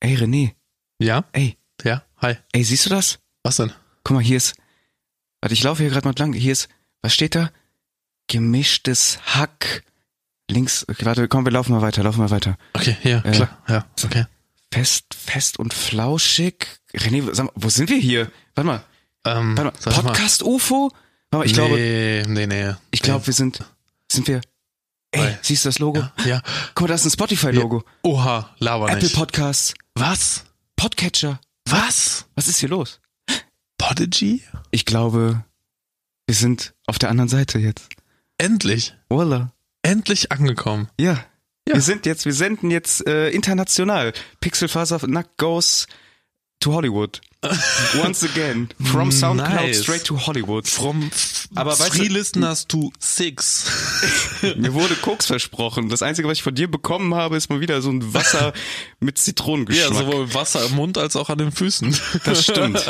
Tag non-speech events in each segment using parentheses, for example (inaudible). Ey, René, Ja? ey, Ja? Hi. ey, siehst du das? Was denn? Guck mal, hier ist. Warte, ich laufe hier gerade mal lang. Hier ist. Was steht da? Gemischtes Hack. Links. Okay, warte, komm, wir laufen mal weiter, laufen mal weiter. Okay, ja, Äh. klar. Ja, okay. Fest, fest und flauschig. René, sag mal, wo sind wir hier? Warte mal, Ähm, warte mal. sag ich Podcast UFO? Warte mal, ich glaube, Nee, nee, nee. ich glaube, wir sind. Sind wir. Ey, Weil- siehst du das Logo? Ja, ja. Guck mal, da ist ein Spotify-Logo. Oha, laber Apple nicht. Podcasts. Was? Podcatcher. Was? Was ist hier los? Podigy? Ich glaube, wir sind auf der anderen Seite jetzt. Endlich. Voila. Endlich angekommen. Ja. Ja. Wir sind jetzt, wir senden jetzt äh, international. Pixelfaser Nack goes to Hollywood. (laughs) Once again. From SoundCloud Nice. straight to Hollywood. From Aber weißt three du- listeners to six. Mir wurde Koks versprochen. Das Einzige, was ich von dir bekommen habe, ist mal wieder so ein (laughs) Wasser mit Zitronengeschmack. (laughs) ja, sowohl Wasser im Mund als auch an den Füßen. Das (laughs) stimmt.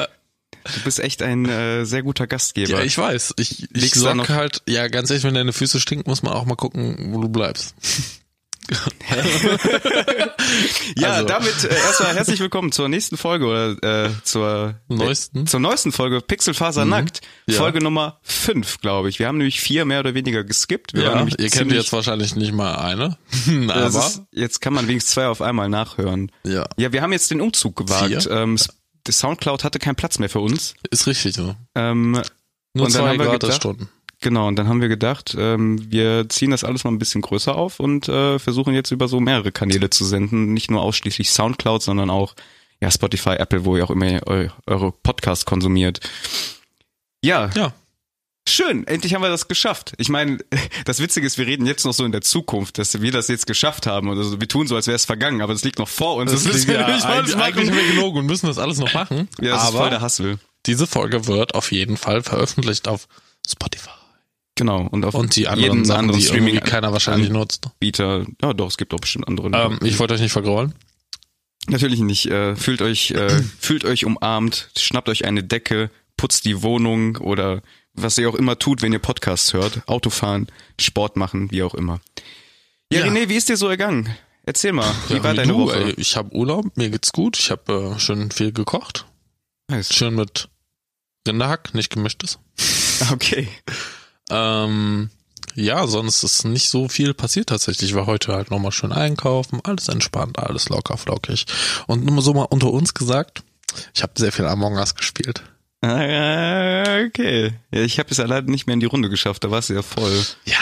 Du bist echt ein äh, sehr guter Gastgeber. (laughs) Ja, ich weiß. Ich, ich Legst du da noch- sorge halt, ja, ganz ehrlich, wenn deine Füße stinken, muss man auch mal gucken, wo du bleibst. Ja, Also. damit äh, erstmal herzlich willkommen zur nächsten Folge oder äh, zur Neuesten. äh, zur neuesten Folge Pixelfaser nackt. Hm? Mhm. Ja. Folge Nummer 5, glaube ich. Wir haben nämlich vier mehr oder weniger geskippt. Wir waren Ja, nämlich ihr kennt ziemlich- jetzt wahrscheinlich nicht mal eine. (laughs) das Aber, ist, jetzt kann man wenigstens zwei auf einmal nachhören. ja, Ja, wir haben jetzt den Umzug gewagt. Vier? Ähm, s- die Soundcloud hatte keinen Platz mehr für uns. ist richtig so. Ähm, Nur Und dann zwei haben wir gedacht- Gratisstunden. genau, und dann haben wir gedacht, ähm, wir ziehen das alles mal ein bisschen größer auf und äh, versuchen jetzt über so mehrere Kanäle zu senden. Nicht nur ausschließlich Soundcloud, sondern auch ja, Spotify, Apple, wo ihr auch immer eu- eure Podcasts konsumiert. Ja, Ja, Schön, endlich haben wir das geschafft. Ich meine, (laughs) das Witzige ist, wir reden jetzt noch so in der Zukunft, dass wir das jetzt geschafft haben. Oder so. Wir tun so, als wäre es vergangen, aber das liegt noch vor uns. Das, müssen wir nämlich mal eigentlich, eigentlich machen. haben wir genug und müssen das alles noch machen. Ja, das ist voll der aber Hassel. diese Folge wird auf jeden Fall veröffentlicht auf Spotify. Genau, und auf Und die anderen jeden Sachen, anderen die irgendwie keiner wahrscheinlich Anbieter. nutzt. Ja, doch, es gibt auch bestimmt andere. Ähm, ich wollte euch nicht vergraulen. Natürlich nicht. Äh, fühlt euch, äh, (clears throat) fühlt euch umarmt, schnappt euch eine Decke, putzt die Wohnung oder was ihr auch immer tut, wenn ihr Podcasts hört. Autofahren, Sport machen, wie auch immer. Ja, Ja. René, wie ist dir so ergangen? Erzähl mal, wie Ja, war wie deine Ähm, du, Woche? ey, ich habe Urlaub, mir geht's gut. Ich habe äh, schön viel gekocht. Nice. Schön mit Rinderhack, nicht gemischtes. (laughs) Okay. Ähm, ja, sonst ist nicht so viel passiert tatsächlich. Ich war heute halt nochmal schön einkaufen, alles entspannt, alles locker flockig. Und nur so mal unter uns gesagt, ich habe sehr viel Among Us gespielt. Ah, Okay. Ja, ich habe es ja leider nicht mehr in die Runde geschafft, da war es ja voll. Ja,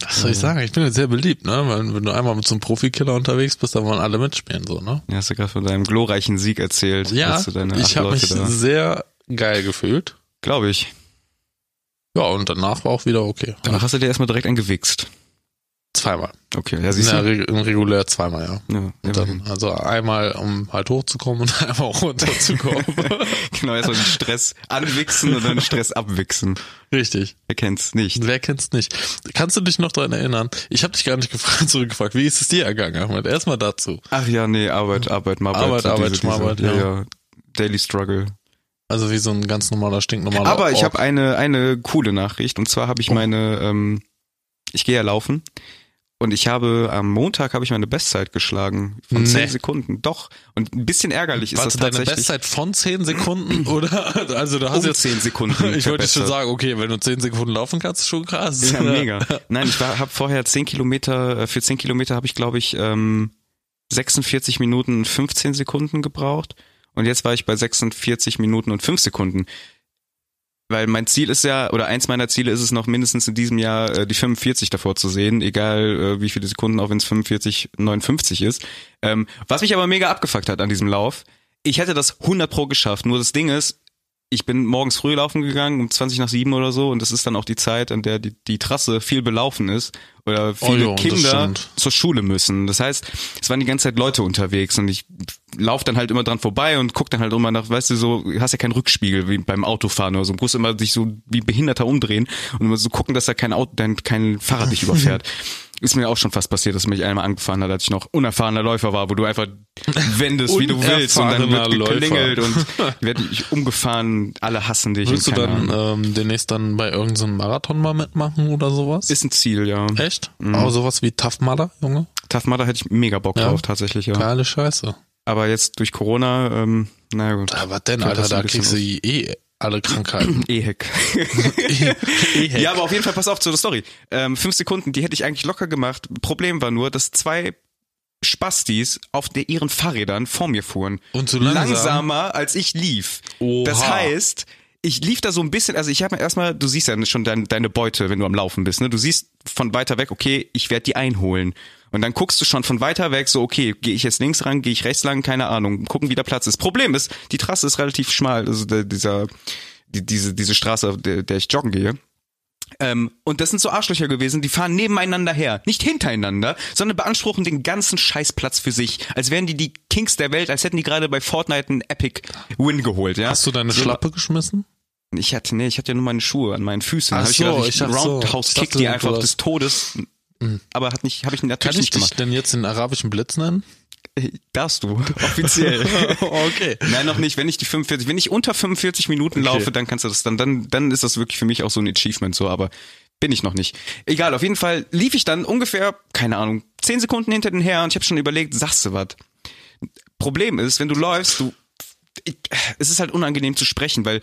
was soll ich sagen? Ich bin jetzt sehr beliebt, ne? Weil wenn du einmal mit so einem Profikiller unterwegs bist, dann wollen alle mitspielen, so, ne? Du hast ja gerade von deinem glorreichen Sieg erzählt. Ja, als du deine ich acht habe mich Leute da. sehr geil gefühlt. Glaube ich. Ja, und danach war auch wieder okay. Danach hast du dir erstmal direkt eingewichst. Zweimal. Okay, ja, In siehst der du. Re Im regulär zweimal, ja. Ja, Und immerhin. dann, also einmal, um halt hochzukommen und (laughs) einmal auch (laughs) runterzukommen. Genau, erstmal den Stress anwichsen und dann den Stress abwichsen. Richtig. Ihr kennt's nicht. Wer kennt's nicht? Kannst du dich noch daran erinnern? Ich habe dich gar nicht gefragt, (laughs) zurückgefragt. Wie ist es dir ergangen, Ahmed? Erstmal dazu. Ach ja, nee, Arbeit, Arbeit, Marbeit. Arbeit, so Arbeit, Schmarbeit, ja. Daily Struggle. Also wie so ein ganz normaler, stinknormaler Aber ich Ork. habe eine, eine coole Nachricht und zwar habe Oh. ich meine, ähm, ich gehe ja laufen und ich habe am Montag habe ich meine Bestzeit geschlagen von Nee. 10 Sekunden. Doch. Und ein bisschen ärgerlich ist Warte, das deine tatsächlich. Bestzeit von 10 Sekunden (clears throat) oder? Also du hast um jetzt... 10 Sekunden. (laughs) Ich wollte verbessert. schon sagen, okay, wenn du 10 Sekunden laufen kannst, ist schon krass. Ja, mega. Nein, ich habe vorher 10 Kilometer, äh, für 10 Kilometer habe ich, glaube ich, ähm, 46 Minuten und 15 Sekunden gebraucht. Und jetzt war ich bei 46 Minuten und 5 Sekunden. Weil mein Ziel ist ja, oder eins meiner Ziele ist es noch mindestens in diesem Jahr äh, die 45 davor zu sehen, egal äh, wie viele Sekunden, auch wenn es 45, 59 ist. Ähm, was mich aber mega abgefuckt hat an diesem Lauf, ich hätte das 100 pro geschafft, nur das Ding ist, ich bin morgens früh laufen gegangen, um 20 nach 7 oder so, und das ist dann auch die Zeit, an der die, die Trasse viel belaufen ist oder viele jo, Oh das Kinder stimmt. zur Schule müssen. Das heißt, es waren die ganze Zeit Leute unterwegs und ich laufe dann halt immer dran vorbei und guck dann halt immer nach, weißt du, so, hast ja keinen Rückspiegel wie beim Autofahren oder so. Du musst immer dich so wie Behinderter umdrehen und immer so gucken, dass da kein Auto, dein, kein Fahrrad (laughs) dich überfährt. Ist mir auch schon fast passiert, dass mich einmal angefahren hat, als ich noch unerfahrener Läufer war, wo du einfach wendest, wie du willst und dann wird Unerfahrener geklingelt Läufer. und werd ich umgefahren, alle hassen dich. Willst du und keine dann Ahnung. ähm, demnächst dann bei irgendeinem so einem Marathon mal mitmachen oder sowas? ist Mhm. ein Ziel, ja. Echt? Aber sowas wie Tough Mudder, Junge? Tough Mudder hätte ich mega Bock Ja. drauf, tatsächlich, ja. Geile Scheiße. Aber jetzt durch Corona, ähm, naja gut. Da, was denn, Fällt Alter? das so ein Da kriegst du eh (laughs) alle Krankheiten. (laughs) Eh, Ehek. Ehek. Ja, aber auf jeden Fall, pass auf zu der Story. Ähm, fünf Sekunden, die hätte ich eigentlich locker gemacht. Problem war nur, dass zwei Spastis auf der, ihren Fahrrädern vor mir fuhren. eh. Und zu langsam. Langsamer, als ich lief. Oha. Das heißt, ich lief da so ein bisschen, also ich habe erstmal, du siehst ja schon dein, deine Beute, wenn du am Laufen bist, ne? Du siehst von weiter weg, okay, ich werde die einholen. Und dann guckst du schon von weiter weg, so, okay, gehe ich jetzt links ran, gehe ich rechts lang, keine Ahnung, gucken, wie der Platz ist. Problem ist, die Trasse ist relativ schmal, also der, dieser, die, diese, diese Straße, auf der, der ich joggen gehe. Ähm, und das sind so Arschlöcher gewesen, die fahren nebeneinander her. Nicht hintereinander, sondern beanspruchen den ganzen Scheißplatz für sich. Als wären die die Kings der Welt, als hätten die gerade bei Fortnite einen Epic Win geholt, ja? Hast du deine So- Schlappe geschmissen? Ich hatte, nee, ich hatte ja nur meine Schuhe an meinen Füßen. Ach Hab so, gedacht, ich dachte so. Roundhouse Ich kick dachte, die du einfach hast- des Todes. Aber hat nicht, habe ich natürlich Kann ich nicht dich gemacht. denn jetzt den arabischen Blitz nennen? Äh, Darfst du, offiziell. Okay. Nein, noch nicht. Wenn ich die 45, wenn ich unter 45 Minuten laufe, dann kannst du das, dann, dann, dann ist das wirklich für mich auch so ein Achievement, so, aber bin ich noch nicht. Egal, auf jeden Fall lief ich dann ungefähr, keine Ahnung, 10 Sekunden hinter den her und ich habe schon überlegt, sagst du was? Problem ist, wenn du läufst, du, ich, es ist halt unangenehm zu sprechen, weil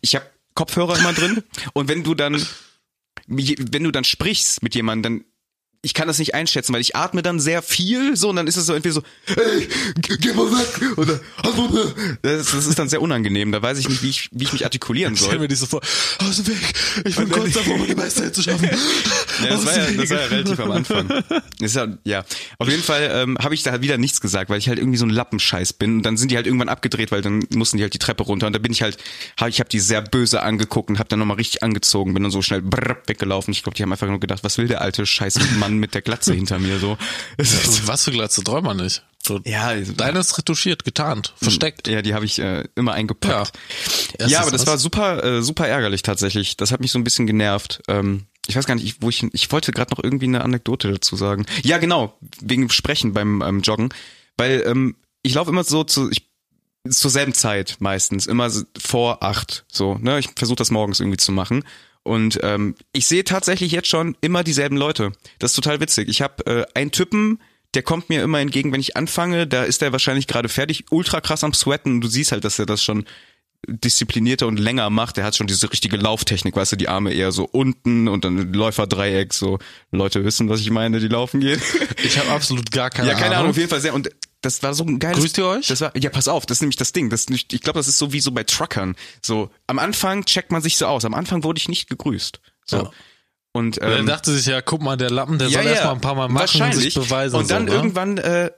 ich habe Kopfhörer immer drin und wenn du dann, wenn du dann sprichst mit jemandem, dann ich kann das nicht einschätzen, weil ich atme dann sehr viel so und dann ist es so entweder so, ey, geh- geh mal weg oder "Hast du ne?" das, das ist dann sehr unangenehm, da weiß ich nicht, wie ich, wie ich mich artikulieren Stell soll. mir diese vor. Aus dem Weg! Ich bin dann- kurz davor, meine Meisterzeit zu (laughs) schaffen. Ja, das, Aus war ja, dem das war ja Weg. relativ (laughs) am Anfang. Das Ist ja, ja. Auf jeden Fall ähm, habe ich da halt wieder nichts gesagt, weil ich halt irgendwie so ein Lappenscheiß bin. Und dann sind die halt irgendwann abgedreht, weil dann mussten die halt die Treppe runter. Und da bin ich halt, hab, ich habe die sehr böse angeguckt und habe dann nochmal richtig angezogen, bin dann so schnell brrr, weggelaufen. Ich glaube, die haben einfach nur gedacht, was will der alte Scheißmann mit der Glatze hinter mir so. Es ist- Was für Glatze träumt man nicht? So, Ja, also- Deine ist retuschiert, getarnt, versteckt. Ja, die habe ich äh, immer eingepackt. Ja, Erstes aber das aus- war super, äh, super ärgerlich tatsächlich. Das hat mich so ein bisschen genervt. Ähm, ich weiß gar nicht, ich, wo ich, ich wollte gerade noch irgendwie eine Anekdote dazu sagen. Ja, genau, wegen dem Sprechen beim ähm, Joggen. Weil ähm, ich laufe immer so zu, ich zur selben Zeit meistens, immer so vor acht. So, ne? Ich versuche das morgens irgendwie zu machen. Und ähm, ich sehe tatsächlich jetzt schon immer dieselben Leute. Das ist total witzig. Ich habe äh, einen Typen, der kommt mir immer entgegen, wenn ich anfange, da ist er wahrscheinlich gerade fertig, ultra krass am Sweaten. Du siehst halt, dass er das schon disziplinierter und länger macht. Er hat schon diese richtige Lauftechnik, weißt du, die Arme eher so unten und dann Läuferdreieck. So Leute wissen, was ich meine, die laufen gehen. (laughs) Ich habe absolut gar keine, Ja, keine Ahnung, auf jeden Fall sehr. Und das war so ein geiles. Grüßt ihr euch? Das war, ja, pass auf, das ist nämlich das Ding. Das ist nicht, ich glaube, das ist so wie so bei Truckern. So, am Anfang checkt man sich so aus. Am Anfang wurde ich nicht gegrüßt. So. Ja. Und, ähm, Und Dann dachte sich ja, guck mal, der Lappen, der soll erstmal ein paar Mal machen und sich wahrscheinlich. beweisen. Und dann so, ne? irgendwann, äh,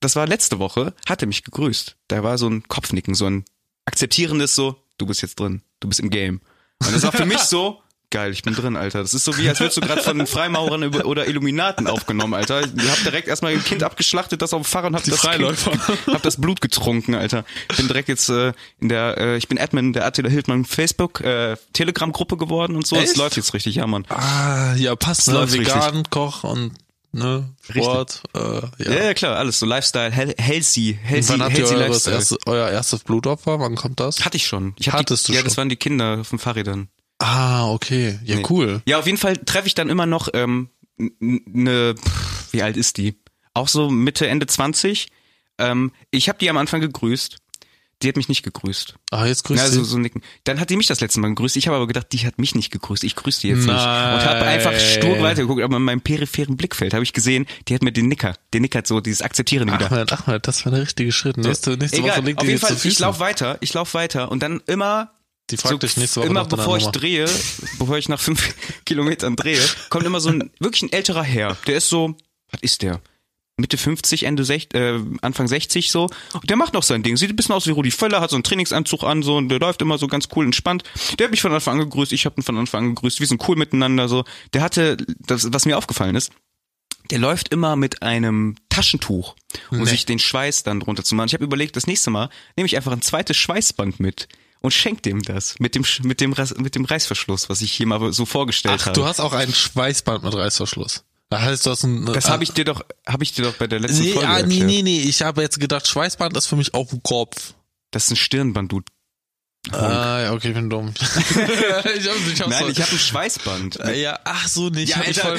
das war letzte Woche, hat er mich gegrüßt. Da war so ein Kopfnicken, so ein akzeptierendes so, du bist jetzt drin, du bist im Game. Und das war für mich so, geil, ich bin drin, Alter. Das ist so wie, als würdest du gerade von den Freimaurern über, oder Illuminaten aufgenommen, Alter. Ich hab direkt erstmal ein Kind abgeschlachtet, das auf dem Fahrrad und hab, Die das, Freiläufer. Kind, hab das Blut getrunken, Alter. Ich bin direkt jetzt äh, in der, äh, ich bin Admin der Attila Hildmann Facebook, äh, Telegram-Gruppe geworden und so. Es Echt? läuft jetzt richtig, ja, Mann. Ah, ja, passt, ne? läuft Vegan, Koch und ne, Sport. Äh, ja. Ja, ja, klar, alles so Lifestyle, hel healthy, Und healthy, wann habt ihr healthy eures Lifestyle. erste, euer erstes Blutopfer? Wann kommt das? Hatte ich schon. Ich hab Hattest die, du Ja, das schon? waren die Kinder auf den Fahrrädern. Ah, okay. Ja, cool. Ja, auf jeden Fall treffe ich dann immer noch ähm, n- n- ne, pff, wie alt ist die? Auch so Mitte, Ende 20. Ähm, ich habe die am Anfang gegrüßt. Die hat mich nicht gegrüßt. Ah, jetzt grüßt Na, so, also, so nicken. Dann hat die mich das letzte Mal gegrüßt. Ich habe aber gedacht, die hat mich nicht gegrüßt. Ich grüße die jetzt nicht. Nein. Und habe einfach stur weitergeguckt. Aber in meinem peripheren Blickfeld habe ich gesehen, die hat mir den Nicker. Den Nicker hat so dieses Akzeptieren wieder. Ahmed, Ahmed, das war der richtige Schritt. Nächste, nächste Egal, Woche liegt auf die jeden dir zu Fall, ich Füßen. laufe weiter, ich laufe weiter und dann immer, die fragt dich nächste Woche immer nach deiner bevor ich Nummer. drehe, bevor ich nach fünf (laughs) Kilometern drehe, kommt immer so (laughs) ein, wirklich ein älterer Herr, der ist so, was ist der? Mitte 50, Ende 60, äh, Anfang 60 so. Und der macht noch sein Ding. Sieht ein bisschen aus wie Rudi Völler, hat so einen Trainingsanzug an so und der läuft immer so ganz cool entspannt. Der hat mich von Anfang an gegrüßt, ich habe ihn von Anfang an gegrüßt. Wir sind cool miteinander so. Der hatte, das, was mir aufgefallen ist, der läuft immer mit einem Taschentuch, um Nee. sich den Schweiß dann drunter zu machen. Ich habe überlegt, das nächste Mal nehme ich einfach ein zweites Schweißband mit und schenk dem das mit dem Sch- mit dem Ras- mit dem Reißverschluss, was ich hier mal so vorgestellt Ach, habe. du hast auch ein Schweißband mit Reißverschluss. Das heißt, du hast ein... das habe ich dir doch habe ich dir doch bei der letzten äh, Nee, Folge ah, erklärt. nee, nee, nee. Ich habe jetzt gedacht, Schweißband ist für mich auf dem Kopf. Das ist ein Stirnband, du Ah, ja, okay, ich (laughs) bin dumm. (laughs) ich hab, ich hab's Nein, voll- ich habe ein Schweißband. Äh, ja, ach so, nicht, ich hab mich voll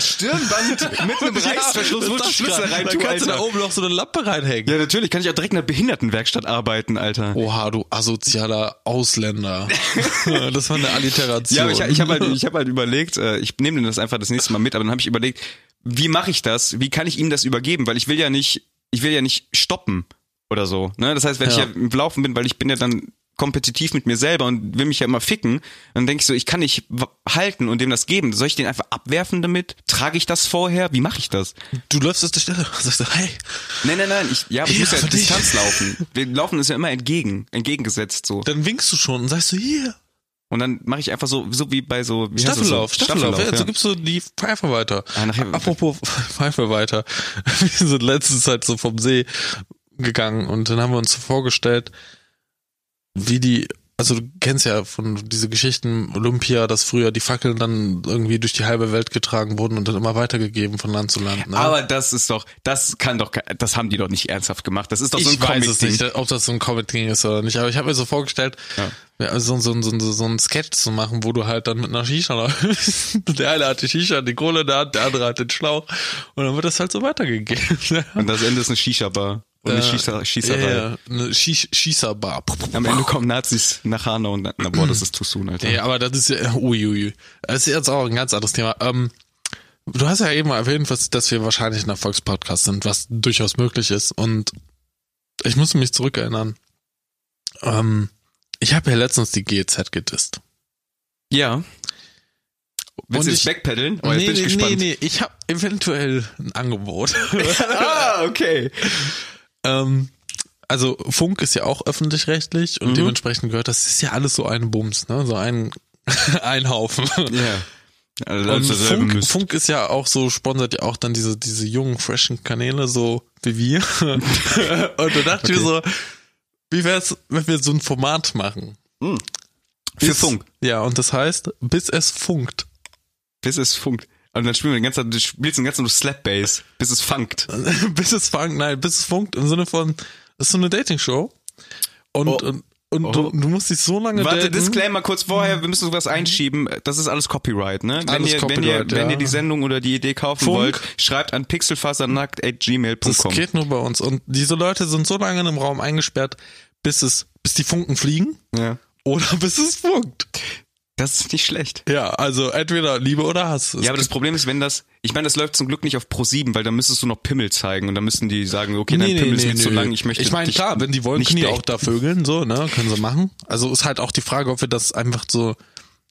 (laughs) Stirnband mit einem Reißverschluss, wo ich das Schlüssel grad. rein Dann tue, kannst du da Alter. oben noch so eine Lappe reinhängen. Ja, natürlich kann ich auch direkt in der Behindertenwerkstatt arbeiten, Alter. Oha, du asozialer (laughs) Ausländer. (laughs) das war eine Alliteration. Ja, aber ich, ich habe halt, ich hab (laughs) halt überlegt, äh, ich nehme das einfach das nächste Mal mit, aber dann habe ich überlegt, wie mache ich das? Wie kann ich ihm das übergeben? Weil ich will ja nicht, ich will ja nicht stoppen oder so. Ne? Das heißt, wenn ich Ja. ja im Laufen bin, weil ich bin ja dann kompetitiv mit mir selber und will mich ja immer ficken, dann denke ich so, ich kann nicht w- halten und dem das geben. Soll ich den einfach abwerfen damit? Trage ich das vorher? Wie mache ich das? Du läufst aus der Stelle (laughs) und sagst, hey, Nein, nein, nein, ich, ja, aber ich Ja, muss ja für dich. Distanz laufen. Wir laufen ist ja immer entgegen, entgegengesetzt so. dann winkst du schon und sagst so, hier, Und dann mache ich einfach so, so wie bei so, wie heißt das so? Staffellauf, Staffellauf, ja, so ja. gibst du die Pfeife weiter. Ah, nachher- Apropos (laughs) Pfeife weiter. (laughs) Wir sind letzte Zeit so vom See gegangen und dann haben wir uns so vorgestellt, wie die, also du kennst ja von diese Geschichten Olympia, dass früher die Fackeln dann irgendwie durch die halbe Welt getragen wurden und dann immer weitergegeben von Land zu Land. Ne? Aber das ist doch, das kann doch, ke- das haben die doch nicht ernsthaft gemacht. Das ist doch so ein ich weiß es Comic-Ding. nicht, ob das so ein Comic-Ding ist oder nicht, aber ich habe mir so vorgestellt, Ja. ja, so, so, so, so, so ein Sketch zu machen, wo du halt dann mit einer Shisha läufst. (laughs) Der eine hat die Shisha, die Kohle in der Hand, der andere hat den Schlauch und dann wird das halt so weitergegeben. Und das Ende ist eine Shisha-Bar. Und eine (laughs) Äh, Shisha Schießerei. Ja, ja, eine Shish- Shisha-Bar. Am Ende kommen Nazis nach Hanau und dann, na boah, das ist too soon, Alter. Ja, aber das ist ja, uiuiui. Das ist jetzt auch ein ganz anderes Thema. Ähm, du hast ja eben mal erwähnt, was, dass wir wahrscheinlich ein Erfolgspodcast sind, was durchaus möglich ist. Und ich muss mich zurückerinnern. Ähm, ich habe ja letztens die GEZ gedisst. Ja. Willst du Und jetzt ich- backpedalen? Oh, jetzt bin ich gespannt. nee, ich habe eventuell ein (laughs) Angebot. (laughs) Ah, okay. ähm, also Funk ist ja auch öffentlich-rechtlich und Mhm. dementsprechend gehört das, ist ja alles so ein Bums, ne? so ein, (laughs) ein Haufen. Ja. Also, das Und ist derselbe Funk, Mist. Funk ist ja auch so, sponsert ja auch dann diese, diese jungen, freshen Kanäle, so wie (laughs) wir. und da dachte ich mir so, wie wär's, wenn wir so ein Format machen? Hm. Für Bis- Funk. Ja, und das heißt, bis es funkt. (laughs) Bis es funkt. Und dann spielen wir den ganzen, du spielst den ganzen nur Slap-Bass, bis es funkt. bis es funkt, nein, bis es funkt im Sinne von, das ist so eine Dating-Show. Und, Oh. und, und Oh. Du, du musst dich so lange Warte, daten. Disclaimer kurz vorher, wir müssen sowas einschieben. Das ist alles Copyright, ne? Wenn, Mhm. Alles ihr, wenn, Copyright, ihr, wenn ja. ihr die Sendung oder die Idee kaufen Funk. wollt, schreibt an Das pixelfasernackt.gmail.com. geht nur bei uns. Und diese Leute sind so lange in einem Raum eingesperrt, bis es, bis die Funken fliegen Ja. oder (laughs) bis es funkt. Das ist nicht schlecht. Ja, also entweder Liebe oder Hass. Es Ja, aber das Problem ist, wenn das, ich meine, das läuft zum Glück nicht auf Pro 7, weil dann müsstest du noch Pimmel zeigen und dann müssten die sagen, okay, dein Pimmel ist mir zu lang, ich möchte Ich meine, dich klar, wenn die wollen, nicht können die echt- auch da vögeln, so, ne, können sie machen. Also ist halt auch die Frage, ob wir das einfach so,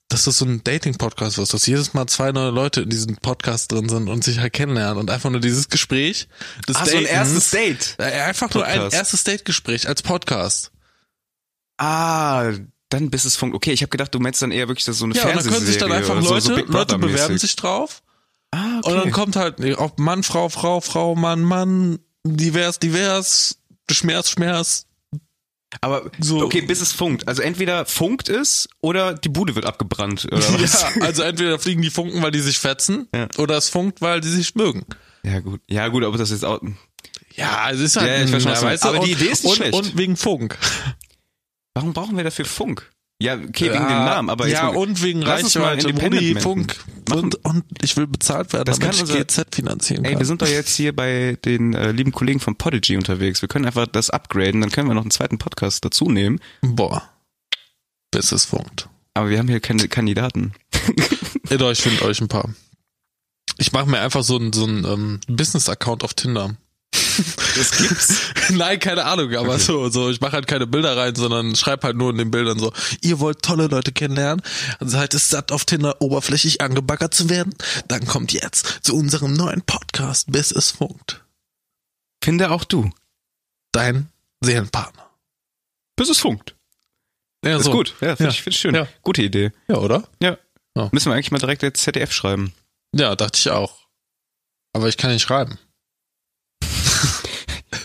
dass das so ein Dating-Podcast wird, dass jedes Mal zwei neue Leute in diesem Podcast drin sind und sich halt kennenlernen und einfach nur dieses Gespräch, das Ah, so ein Datens- erstes Date. Äh, Einfach nur ein Podcast. erstes Date-Gespräch als Podcast. Ah, dann bis es funkt. Okay, ich habe gedacht, du meinst dann eher wirklich das ist so eine Ja, und dann Fernsehserie. können sich dann einfach oder Leute, so, so Big Leute Brother-mäßig. bewerben sich drauf Ah, okay. und dann kommt halt, nee, ob Mann, Frau, Frau, Frau, Mann, Mann, divers, divers, Schmerz, Schmerz, Aber So- okay, (laughs) bis es funkt. Also entweder funkt es oder die Bude wird abgebrannt oder was? (laughs) Ja, also entweder fliegen die Funken, weil die sich fetzen, Ja. oder es funkt, weil die sich mögen. Ja gut, ja gut, aber das ist auch. Ja, es ist halt Ja, ich weiß schon, was du meinst. Aber und, die Idee ist nicht und, schlecht. Und wegen Funk. Warum brauchen wir dafür Funk? Ja, okay, wegen ja, dem Namen, aber jetzt Ja, mal- und wegen Lass uns mal Reichweite, Independent Rudi, Menten. Funk. Und, und ich will bezahlt werden, Das damit kann ich unser- GZ finanzieren Ey, wir kann. sind doch jetzt hier bei den äh, lieben Kollegen von Podigy unterwegs. Wir können einfach das upgraden, dann können wir noch einen zweiten Podcast dazu nehmen. Boah. Bis es funkt. Aber wir haben hier keine Kandidaten. Ey, doch, ich finde euch ein paar. Ich mache mir einfach so einen so einen, ähm, Business-Account auf Tinder. Das gibt's. (laughs) Nein, keine Ahnung, aber Okay. so, so, ich mache halt keine Bilder rein, sondern schreibe halt nur in den Bildern so, ihr wollt tolle Leute kennenlernen, seid es satt auf Tinder oberflächlich angebaggert zu werden, dann kommt jetzt zu unserem neuen Podcast, bis es funkt. (laughs) Finde auch du. Dein Seelenpartner. Bis es funkt. Ja, Das ist gut. Ja, finde ich, find ich schön. Ja. Gute Idee. Ja, oder? Ja. Ja. Müssen wir eigentlich mal direkt jetzt ZDF schreiben. Ja, dachte ich auch. Aber ich kann nicht schreiben.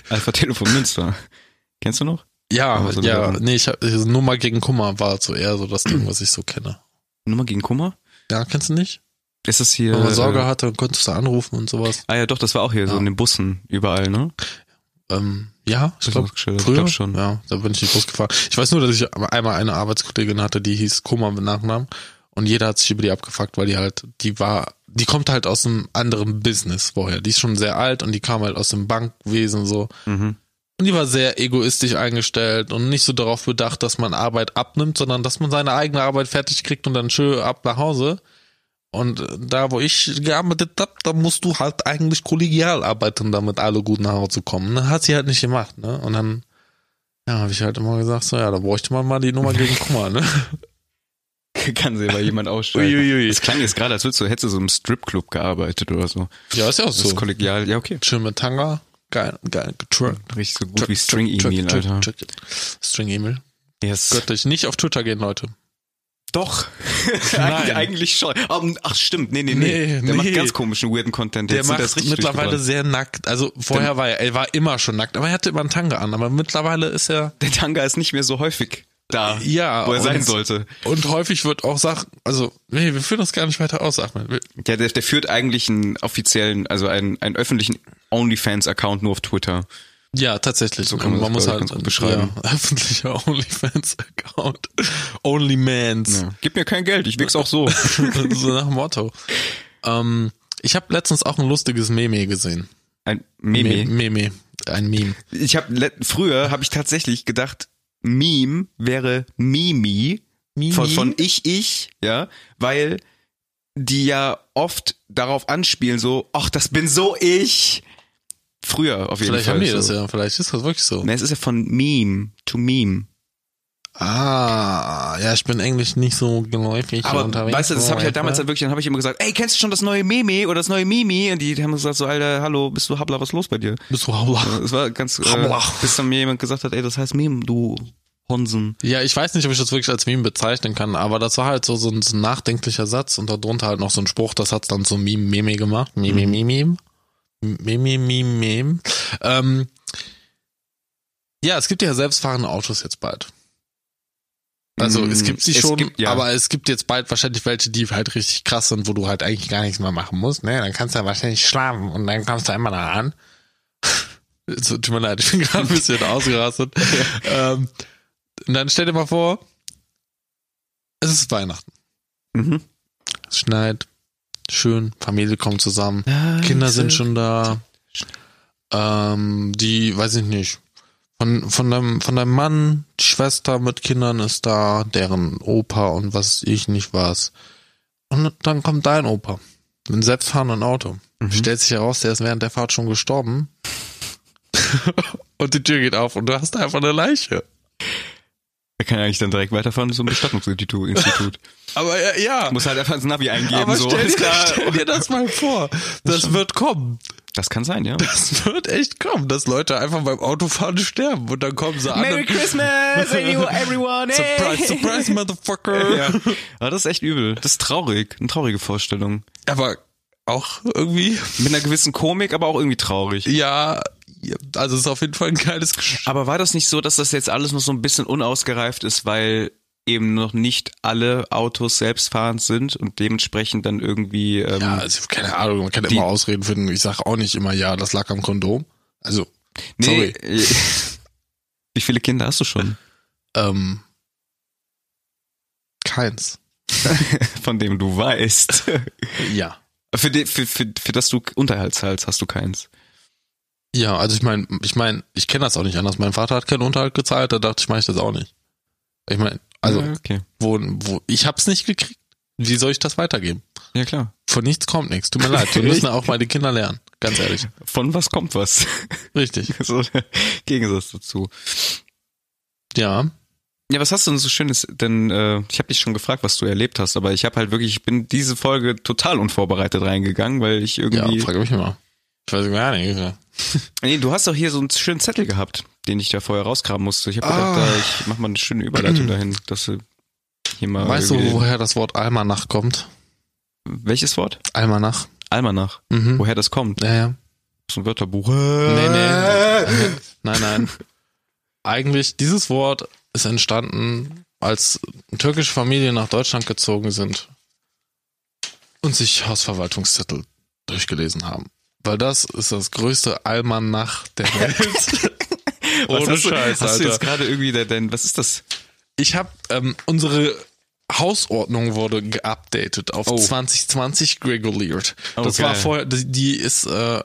Alpha Telefon Münster. Kennst du noch? Ja, Aber so ja, wieder- nee, ich hab, Nummer gegen Kummer war so eher so das Ding, was ich so kenne. Nummer gegen Kummer? Ja, kennst du nicht? Ist das hier. Wenn man Sorge äh, hatte, konntest du anrufen und sowas. ah ja, doch, das war auch hier so Ja. in den Bussen überall, ne? Ähm, Ja, ich Bisschen glaube ausgeschildert, ich früher. glaub schon. Ja, da bin ich nicht losgefahren. Ich weiß nur, dass ich einmal eine Arbeitskollegin hatte, die hieß Kummer mit Nachnamen und jeder hat sich über die abgefuckt, weil die halt, die war, die kommt halt aus einem anderen Business vorher. Die ist schon sehr alt und die kam halt aus dem Bankwesen so. Mhm. Und die war sehr egoistisch eingestellt und nicht so darauf bedacht, dass man Arbeit abnimmt, sondern dass man seine eigene Arbeit fertig kriegt und dann schön ab nach Hause. Und äh, da, wo ich gearbeitet hab, da musst du halt eigentlich kollegial arbeiten, damit alle gut nach Hause kommen. Ne? Hat sie halt nicht gemacht, ne? Und dann, ja, habe ich halt immer gesagt, so ja, da bräuchte man mal die (laughs) Nummer gegen Kummer, ne? (laughs) Kann sie aber jemand aussteigen. Uiuiui. Das klang jetzt gerade, als würdest du, hättest du so im Stripclub gearbeitet oder so. Ja, ist ja auch Das ist so. kollegial. Ja, okay. Schön mit Tanga, geil, geil, getrunken. Richtig so gut wie String Emil, Alter. String Emil. Yes. Göttlich. Nicht auf Twitter gehen, Leute. (laughs) Doch. Nein. Eig eigentlich schon. Ähm, ach, stimmt. Nee, nee, nee. Nee, der macht nee. ganz komischen, weirden Content. Der Jetzt sind macht das richtig mittlerweile durchgebrannt. sehr nackt. Also vorher war er, er war immer schon nackt, aber er hatte immer einen Tanga an. Aber mittlerweile ist er Der Tanga ist nicht mehr so häufig da, ja wo er und, sein sollte. Und häufig wird auch Sachen, also nee, wir führen das gar nicht weiter aus, Ahmed. Wir- Ja, der, der führt eigentlich einen offiziellen, also einen, einen öffentlichen OnlyFans-Account nur auf Twitter. Ja, tatsächlich. So kann man Und das, glaub ich, ganz gut beschreiben. Ja, (laughs) öffentlicher OnlyFans-Account, OnlyMans. Ja. Gib mir kein Geld, ich wichs auch (laughs) so. so nach dem Motto. Ähm, ich habe letztens auch ein lustiges Meme gesehen. Ein Meme. Me- Meme. Ein Meme. Ich habe früher habe ich tatsächlich gedacht, Meme wäre Mimi von, von ich ich, ja, weil die ja oft darauf anspielen so, ach, das bin so ich. Früher auf jeden Vielleicht Fall. haben die das so. ja, vielleicht ist das wirklich so. Nee, es ist ja von Meme to Meme. Ah, ja, ich bin Englisch nicht so geläufig Aber unterwegs. weißt du, das habe ich halt damals ne? dann wirklich, dann habe ich immer gesagt, ey, kennst du schon das neue Meme oder das neue Mimi? Und die haben gesagt so, Alter, hallo, bist du Habla, was ist los bei dir? Bist du Haula? Es war ganz, äh, Habla. bis dann mir jemand gesagt hat, ey, das heißt Meme, du Honsen. äh, Ja, ich weiß nicht, ob ich das wirklich als Meme bezeichnen kann, aber das war halt so, so ein so ein nachdenklicher Satz und darunter halt noch so ein Spruch, das hat's dann so Meme, Meme gemacht. Meme, Meme, Mhm. Meme. Meme, Meme, Meme. Ähm, ja, es gibt ja selbstfahrende Autos jetzt bald. Also Mm, es gibt sie es schon, gibt- ja. aber es gibt jetzt bald wahrscheinlich welche, die halt richtig krass sind, wo du halt eigentlich gar nichts mehr machen musst. Ne? Dann kannst du ja wahrscheinlich schlafen und dann kommst du immer da an. (laughs) So, tut mir leid, ich bin gerade ein (laughs) bisschen ausgerastet. ähm, und dann stell dir mal vor, es ist Weihnachten. Mhm. Es schneit, schön, Familie kommt zusammen, Kinder sind schon da. Ähm, die, weiß ich nicht, von, von, deinem, von deinem Mann, die Schwester mit Kindern ist da, deren Opa und was ich nicht was. Und dann kommt dein Opa mit einem selbstfahrenden Auto. Stellt sich heraus, der ist während der Fahrt schon gestorben. (laughs) und die Tür geht auf und du hast einfach eine Leiche. Er kann eigentlich dann direkt weiterfahren zum Bestattungsinstitut. Institut. Aber ja, (laughs) ja. Muss halt einfach ins Navi eingeben. aber so. stell, Alles dir, (laughs) klar. stell dir das mal vor. Das wird kommen. Das kann sein, ja. Das wird echt kommen, dass Leute einfach beim Autofahren sterben und dann kommen sie an. und- Christmas, everyone. (laughs) Surprise, (laughs) surprise, motherfucker. Ja. Aber das ist echt übel. Das ist traurig. Eine traurige Vorstellung. Aber auch irgendwie, Mit einer gewissen Komik, aber auch irgendwie traurig. ja, ja, also es ist auf jeden Fall ein geiles Gesch Aber war das nicht so, dass das jetzt alles noch so ein bisschen unausgereift ist, weil eben noch nicht alle Autos selbstfahrend sind und dementsprechend dann irgendwie ähm, Ja, also keine Ahnung, man kann Die- immer Ausreden finden. Ich sag auch nicht immer, ja, das lag am Kondom. Also, sorry. äh, (laughs) Wie viele Kinder hast du schon? Ähm, keins. Von dem du weißt. (laughs) Ja. Für, die, für, für, für das du Unterhalt zahlst, hast du keins. Ja, also ich meine, ich meine, ich kenne das auch nicht anders. Mein Vater hat keinen Unterhalt gezahlt, da dachte ich, mache ich das auch nicht. Ich meine, also Ja, okay. wo, wo ich hab's nicht gekriegt. Wie soll ich das weitergeben? Ja, klar. Von nichts kommt nichts. Tut mir leid. (laughs) Wir müssen auch mal die Kinder lernen. Ganz ehrlich. Von was kommt was? (laughs) Richtig. so der Gegensatz dazu. Ja. Ja, was hast du denn so Schönes? Denn äh, ich habe dich schon gefragt, was du erlebt hast, aber ich habe halt wirklich, ich bin diese Folge total unvorbereitet reingegangen, weil ich Ja, irgendwie. frage mich mal. Ich weiß gar nicht. nee, du hast doch hier so einen schönen Zettel gehabt, den ich da vorher rausgraben musste. Ich habe gedacht, Ah. da, ich mach mal eine schöne (clears throat) Überleitung dahin, dass du hier mal. Weißt du, irgendwie- woher das Wort Almanach kommt? welches Wort? Almanach. Almanach. Mhm. Woher das kommt? Ja, ja. So ein Wörterbuch. Nee, Äh. nee. Nein, nein. Eigentlich, dieses Wort ist entstanden, als türkische Familien nach Deutschland gezogen sind und sich Hausverwaltungszettel durchgelesen haben. Weil das ist das größte Almanach der Welt. (laughs) Was Ohne hast du, Scheiß, Hast du Alter. jetzt gerade irgendwie de- dein, was ist das? Ich habe ähm, unsere Hausordnung wurde geupdatet auf Oh. 2020 reguliert. Das Oh, geil. war vorher, die, die ist äh,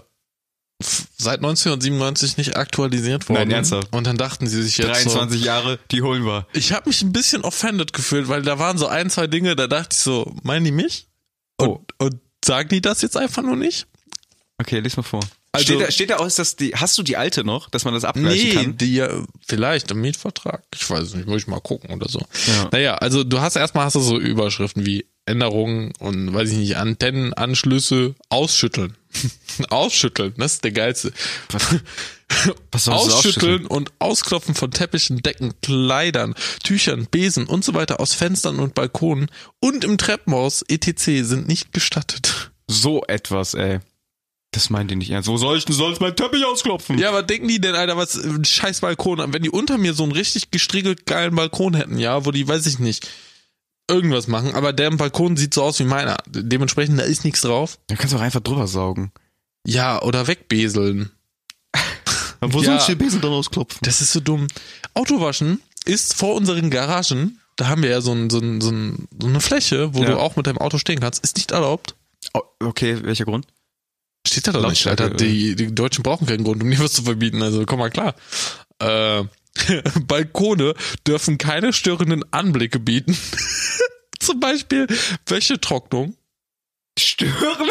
f- seit 1997 nicht aktualisiert worden. Nein, ernsthaft? Und dann dachten sie sich jetzt so. Jahre, die holen wir. Ich habe mich ein bisschen offended gefühlt, weil da waren so ein, zwei Dinge, da dachte ich so, meinen die mich? Und, Oh. und sagen die das jetzt einfach nur nicht? Okay, lies mal vor. Also- steht, da, steht da aus, dass die, hast du die alte noch, dass man das abgleichen Nee, kann? die ja vielleicht im Mietvertrag. Ich weiß es nicht, muss ich mal gucken oder so. Ja. Naja, also du hast erstmal hast du so Überschriften wie Änderungen und weiß ich nicht, Antennenanschlüsse ausschütteln. (laughs) ausschütteln, das ist der geilste. Was soll das ausschütteln und ausklopfen von Teppichen, Decken, Kleidern, Tüchern, Besen und so weiter aus Fenstern und Balkonen und im Treppenhaus etc. sind nicht gestattet. So etwas, ey. Das meint ihr nicht ernst. Wo soll ich denn sonst meinen Teppich ausklopfen? Ja, was denken die denn, Alter, was äh, ein scheiß Balkon? Wenn die unter mir so einen richtig gestriegelt geilen Balkon hätten, ja, wo die, weiß ich nicht, irgendwas machen, aber deren Balkon sieht so aus wie meiner. Dementsprechend, da ist nichts drauf. Da kannst du auch einfach drüber saugen. Ja, oder wegbeseln. wo soll ich den Besen dann ausklopfen? Das ist so dumm. Autowaschen ist vor unseren Garagen, da haben wir ja so, ein, so, ein, so, ein, so eine Fläche, wo Ja. du auch mit deinem Auto stehen kannst, ist nicht erlaubt. Oh, okay, welcher Grund? Steht da doch nicht, Lautstärke, Alter. Die, die Deutschen brauchen keinen Grund, um dir was zu verbieten. Also komm mal klar. Äh, (laughs) Balkone dürfen keine störenden Anblicke bieten. (laughs) Zum Beispiel Wäschetrocknung Stören.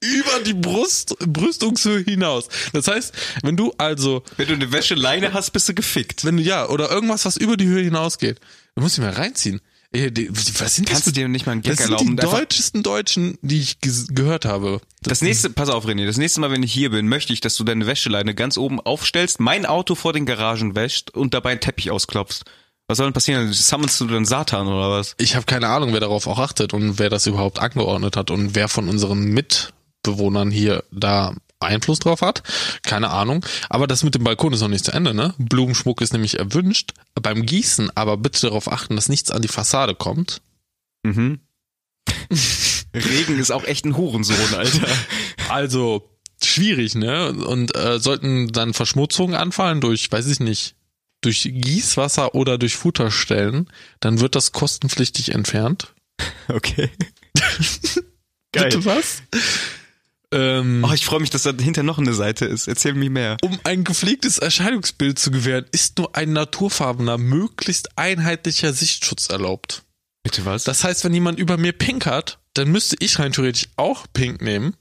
über die Brust, Brüstungshöhe hinaus. Das heißt, wenn du also, Wenn du eine Wäscheleine hast, bist du gefickt. wenn du ja, oder irgendwas, was über die Höhe hinausgeht, dann musst du mal reinziehen. Ey, die- Was sind das Kannst du für dir nicht mal einen Gag das sind erlauben? die Einfach- deutschesten Deutschen, die ich ges- gehört habe. Das nächste, pass auf, René, das nächste Mal, wenn ich hier bin, möchte ich, dass du deine Wäscheleine ganz oben aufstellst, mein Auto vor den Garagen wäscht und dabei einen Teppich ausklopfst. Was soll denn passieren? Summonst du dann Satan oder was? Ich habe keine Ahnung, wer darauf auch achtet und wer das überhaupt angeordnet hat und wer von unseren Mitbewohnern hier da Einfluss drauf hat. Keine Ahnung. Aber das mit dem Balkon ist noch nicht zu Ende, ne? Blumenschmuck ist nämlich erwünscht. Beim Gießen aber bitte darauf achten, dass nichts an die Fassade kommt. (laughs) Mhm. Regen ist auch echt ein Hurensohn, Alter. (laughs) Also schwierig, ne? Und äh, sollten dann Verschmutzungen anfallen durch, weiß ich nicht, durch Gießwasser oder durch Futterstellen, dann wird das kostenpflichtig entfernt. Okay. (laughs) Geil. Bitte was? Ähm, Oh, ich freue mich, dass da hinter noch eine Seite ist. Erzähl mir mehr. Um ein gepflegtes Erscheinungsbild zu gewähren, ist nur ein naturfarbener, möglichst einheitlicher Sichtschutz erlaubt. Bitte was? Das heißt, wenn jemand über mir pink hat, dann müsste ich rein theoretisch auch pink nehmen,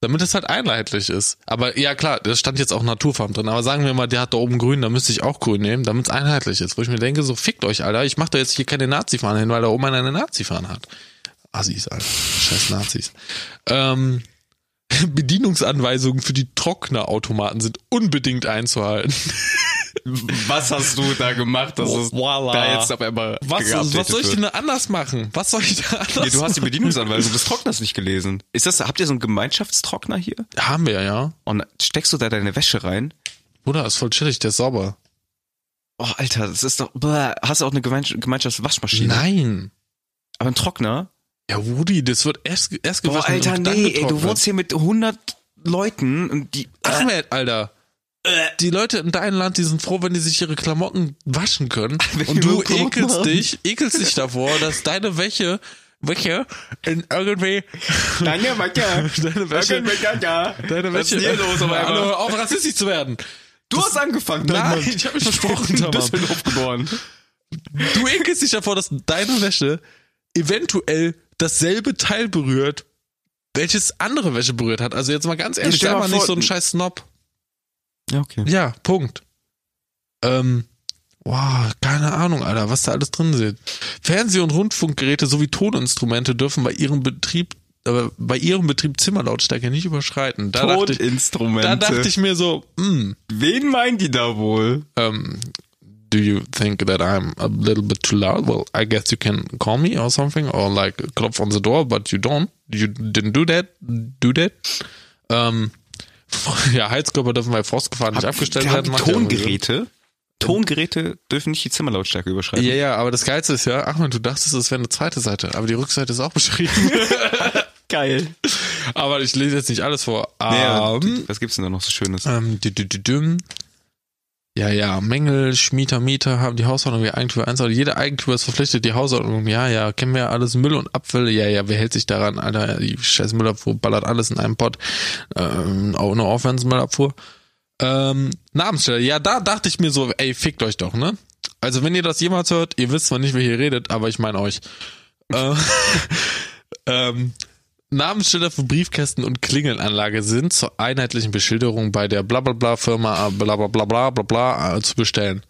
damit es halt einheitlich ist. Aber ja klar, da stand jetzt auch Naturfarben drin, aber sagen wir mal, der hat da oben grün, dann müsste ich auch grün nehmen, damit es einheitlich ist. Wo ich mir denke, so fickt euch, Alter, ich mach da jetzt hier keine Nazi-Fahne hin, weil da oben einer eine Nazi-Fahne hat. Assis, Alter. Scheiß Nazis. Ähm, (laughs) Bedienungsanweisungen für die Trocknerautomaten sind unbedingt einzuhalten. was hast du da gemacht, dass es Voila. da jetzt auf einmal Was, geupdatet was soll ich wird? denn da anders machen? Was soll ich da anders Nee, du hast die machen? Bedienungsanweisung des Trockners nicht gelesen. Ist das, habt ihr so einen Gemeinschaftstrockner hier? Haben wir ja. Und steckst du da deine Wäsche rein? Bruder, ist voll chillig, der ist sauber. Oh, Alter, das ist doch. Bäh. Hast du auch eine Gemeinsch- Gemeinschaftswaschmaschine? Nein. Aber ein Trockner? Ja, Woody, das wird erst, erst Boah, gewaschen. Alter, und dann nee, ey, du getrocknet. wohnst hier mit 100 Leuten und (laughs) die. Ahmed, Alter. Äh. Die Leute in deinem Land, die sind froh, wenn die sich ihre Klamotten waschen können. Wenn die Und du nur Klamotten ekelst haben. dich, ekelst (laughs) dich davor, dass deine Wäsche, Wäsche in irgendwie, (laughs) Deine Wäsche. deine Wäsche, deine Wäsche. Was ist denn hier los auf einmal? Hallo, hör auf rassistisch zu werden. Du hast angefangen, Nein, (laughs) Mann. ich hab mich versprochen, in Tamam. Düsseldorf geboren. Du ekelst dich davor, dass deine Wäsche eventuell dasselbe Teil berührt, welches andere Wäsche berührt hat. Also jetzt mal ganz ehrlich, stell sei mal mal nicht vor- so ein scheiß Snob. Ja, okay. Ja, Punkt. Ähm, wow, keine Ahnung, Alter, was da alles drin sind. Fernseh- und Rundfunkgeräte sowie Toninstrumente dürfen bei ihrem Betrieb, äh, bei ihrem Betrieb Zimmerlautstärke nicht überschreiten. Da dachte ich, Toninstrumente. da dachte ich mir so, hm, Wen meinen die da wohl? um, do you think that I'm a little bit too loud? Well, I guess you can call me or something, or like klopf on the door, but you don't. You didn't do that. Do that. Um, (laughs) ja, Heizkörper dürfen bei Frostgefahr nicht abgestellt Haben werden. die macht ja irgendwie Sinn. Tongeräte? Tongeräte dürfen nicht die Zimmerlautstärke überschreiten. Ja, ja, aber das Geilste ist ja, Achmed, du dachtest, es wäre eine zweite Seite, aber die Rückseite ist auch beschrieben. (laughs) Geil. aber Ah, ich lese jetzt nicht alles vor. Nee, Ähm, was gibt's denn da noch so Schönes? ähm, dü- dü- dü- düm. Ja, ja, Mängel, Schmieter, Mieter haben die Hausordnung wie Eigentümer eins. Jeder Eigentümer ist verpflichtet, die Hausordnung. Ja, ja, kennen wir alles. Müll und Abfälle. Ja, ja, wer hält sich daran? Alter, die scheiß Müllabfuhr ballert alles in einem Pott. Ähm, auch nur Aufwandsmüllabfuhr. Ähm, Namensstelle. Ja, da dachte ich mir so, ey, fickt euch doch, ne? Also, wenn ihr das jemals hört, ihr wisst zwar nicht, wer hier redet, aber ich meine euch. Äh, (laughs) ähm, Namensschilder für Briefkästen und Klingelanlage sind zur einheitlichen Beschilderung bei der blablabla Firma äh, blablabla bla bla bla äh, zu bestellen.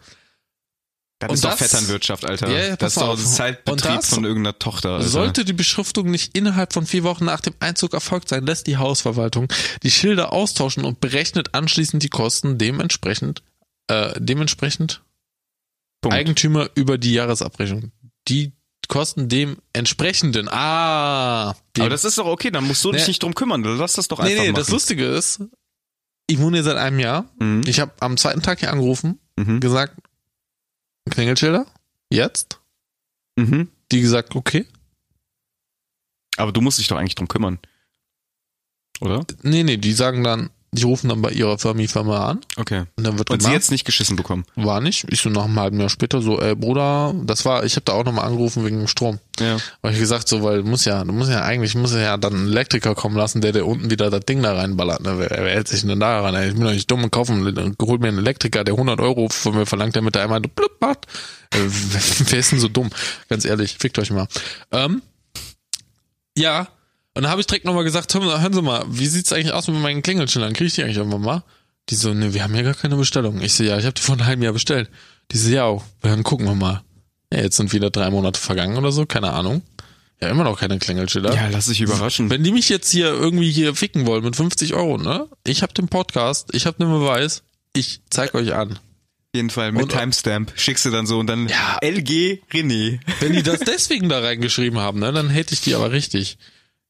Das Und ist doch das- Vetternwirtschaft, Alter. Ja, ja, das pass ist doch auf. ein Zeitbetrieb Und das von irgendeiner Tochter. Alter. Sollte die Beschriftung nicht innerhalb von vier Wochen nach dem Einzug erfolgt sein, lässt die Hausverwaltung die Schilder austauschen und berechnet anschließend die Kosten dementsprechend, äh, dementsprechend Punkt. Eigentümer über die Jahresabrechnung. Die Kosten dem entsprechenden. Ah, dem Aber das ist doch okay, dann musst du Nee. dich nicht drum kümmern. Dann Lass das doch Nee, einfach nee, machen. das Lustige ist, ich wohne hier seit einem Jahr. Mhm. Ich habe am zweiten Tag hier angerufen, Mhm. gesagt, Klingelschilder, jetzt. Mhm. Die gesagt, okay. Aber du musst dich doch eigentlich drum kümmern. Oder? Nee, nee, die sagen dann, die rufen dann bei ihrer Firma, Firma an Okay. und dann wird Und sie gemacht. jetzt nicht geschissen bekommen. War nicht. Ich so nach einem halben Jahr später so, ey Bruder, das war, ich habe da auch nochmal angerufen wegen dem Strom. Ja. Weil ich gesagt so, weil muss ja, du musst ja eigentlich, muss ja dann einen Elektriker kommen lassen, der dir unten wieder das Ding da reinballert. Ne? Wer, wer hält sich denn da ran? Ey? Ich bin doch nicht dumm und kaufen, hol mir einen Elektriker, der 100 Euro von mir verlangt, damit er einmal so blub macht. Äh, (laughs) wer ist denn so dumm? Ganz ehrlich, fickt euch mal. Ähm, ja, und dann habe ich direkt nochmal gesagt, hören, hören Sie mal, wie sieht's eigentlich aus mit meinen Klingelschildern? Kriege ich die eigentlich irgendwann mal? Die so, ne, wir haben ja gar keine Bestellung. Ich so, ja, ich habe die vor einem halben Jahr bestellt. Die so, ja, dann gucken wir mal. Ja, jetzt sind wieder drei Monate vergangen oder so, keine Ahnung. Ja, immer noch keine Klingelschilder. Ja, lass dich überraschen. Wenn die mich jetzt hier irgendwie hier ficken wollen mit 50 Euro, ne? Ich hab den Podcast, ich hab den Beweis, ich zeig euch an. Auf jeden Fall mit Und- Timestamp schickst du dann so und dann Ja. LG René. Wenn (laughs) die das deswegen da reingeschrieben haben, ne, dann hätte ich die aber richtig.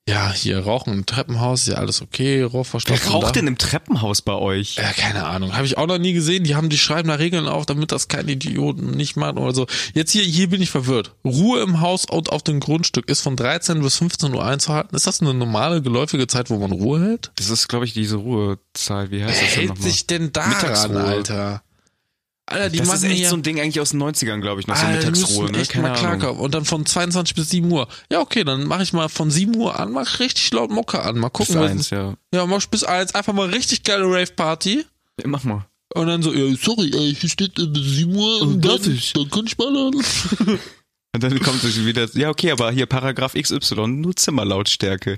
Ja, hier rauchen im Treppenhaus, ist ja alles okay, Wer Rohrverstopfung. raucht da. denn im Treppenhaus bei euch? Ja, keine Ahnung. Habe ich auch noch nie gesehen. Die haben, die schreiben da Regeln auf, damit das keine Idioten nicht machen oder so. Jetzt hier, hier bin ich verwirrt. Ruhe im Haus und auf dem Grundstück ist von 13 bis 15 Uhr einzuhalten. Ist das eine normale, geläufige Zeit, wo man Ruhe hält? Das ist, glaube ich, diese Ruhezahl. Wie heißt Wer das denn hält nochmal? sich denn daran, Mittagsruhe. Alter? Alter, die das machen ist echt hier, so ein Ding eigentlich aus den 90ern, glaube ich, noch so Alter, die Mittagsruhe. müssen Ne? echt Keine mal Ahnung. klarkommen. Und dann von 22 bis 7 Uhr. Ja, okay, dann mache ich mal von 7 Uhr an, mach richtig laut Mucke an. Mal Bis gucken, was- eins, ja. Ja, mach bis eins. Einfach mal richtig geile Rave-Party. Ja, Mach mal. Und dann so, ja, sorry, ey, hier steht äh, 7 Uhr und darf dann, ich? dann kann ich ballern. Und dann kommt es wieder, ja, okay, aber hier Paragraph XY, nur Zimmerlautstärke.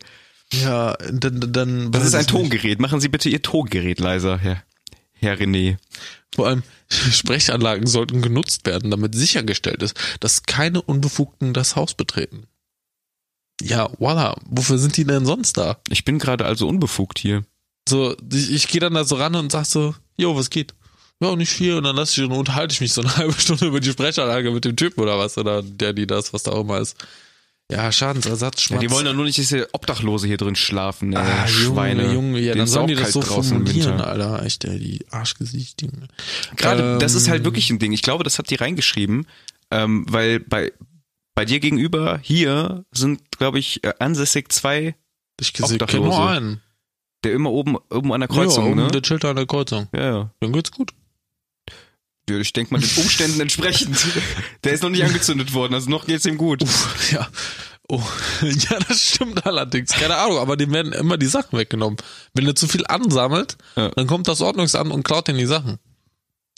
Ja, dann, dann- dann. Das ist ein Ton. Tongerät. Machen Sie bitte Ihr Tongerät leiser, Herr, Herr René. Vor allem, (laughs) Sprechanlagen sollten genutzt werden, damit sichergestellt ist, dass keine Unbefugten das Haus betreten. Ja, voila, wofür sind die denn sonst da? Ich bin gerade also unbefugt hier. So, ich, ich gehe dann da so ran und sag so, jo, was geht? Ja, nicht viel. Und dann lasse ich und unterhalte ich mich so eine (laughs) halbe Stunde über die Sprechanlage mit dem Typen oder was, oder der, die das, was da auch immer ist. Ja, Ja, Schadensersatz, Schmerz. die wollen doch nur nicht, dass hier Obdachlose hier drin schlafen, ey, Ah, Schweine. Junge, Junge, ja, Denen dann ist sollen auch die das kalt so draußen im formulieren, Winter. Alter. Echt, ey, die Arschgesicht. Die, Gerade, das ist halt Ähm, wirklich ein Ding. Ich glaube, das hat die reingeschrieben, ähm, weil bei, bei dir gegenüber hier sind, glaube ich, äh, ansässig zwei, Ich gesehen, kenn Obdachlose. nur einen. der immer oben, oben an der Kreuzung, ja, ne? oben der chillt an der Kreuzung. ja, ja. Dann geht's gut. Ja, Ich denke mal den Umständen entsprechend. (laughs) Der ist noch nicht angezündet worden, also noch geht's ihm gut. Uff, (laughs) ja. Oh, ja, das stimmt allerdings. Keine Ahnung, aber dem werden immer die Sachen weggenommen. Wenn er zu viel ansammelt, Ja. dann kommt das Ordnungsamt und klaut denen die Sachen.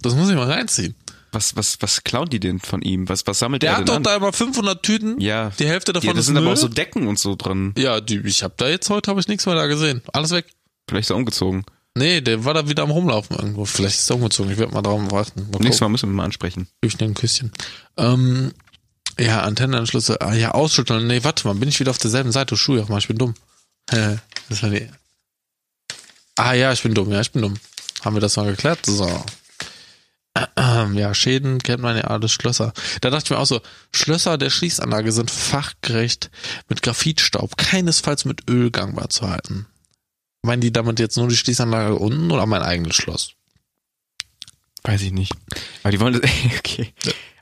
Das muss ich mal reinziehen. Was, was, was klauen die denn von ihm? Was, was sammelt Der er hat denn doch an? da immer 500 Tüten. ja, Die Hälfte davon ja, das ist sind Müll. aber auch so Decken und so dran. ja, die, ich habe da jetzt heute habe ich nichts mehr da gesehen. Alles weg. Vielleicht ist er umgezogen. Nee, der war da wieder am Rumlaufen irgendwo. Vielleicht ist er umgezogen. Ich werde mal drauf warten. Mal Nächstes Mal müssen wir ihn mal ansprechen. Ich nehme ein Küsschen. Ähm, ja, Antennenanschlüsse. Ah, ja, ausschütteln. Nee, warte mal. Bin ich wieder auf derselben Seite? Schuhe auch mal. Ich bin dumm. (laughs) Hä, das war die. Ah, ja, ich bin dumm. Ja, ich bin dumm. Haben wir das mal geklärt? So. (clears throat) Ahem, Ja, Schäden kennt man ja alles. Schlösser. Da dachte ich mir auch so, Schlösser der Schließanlage sind fachgerecht mit Graphitstaub keinesfalls mit Öl gangbar zu halten. Meinen die damit jetzt nur die Schließanlage unten oder mein eigenes Schloss? Weiß ich nicht. Aber die wollen das, (laughs) okay.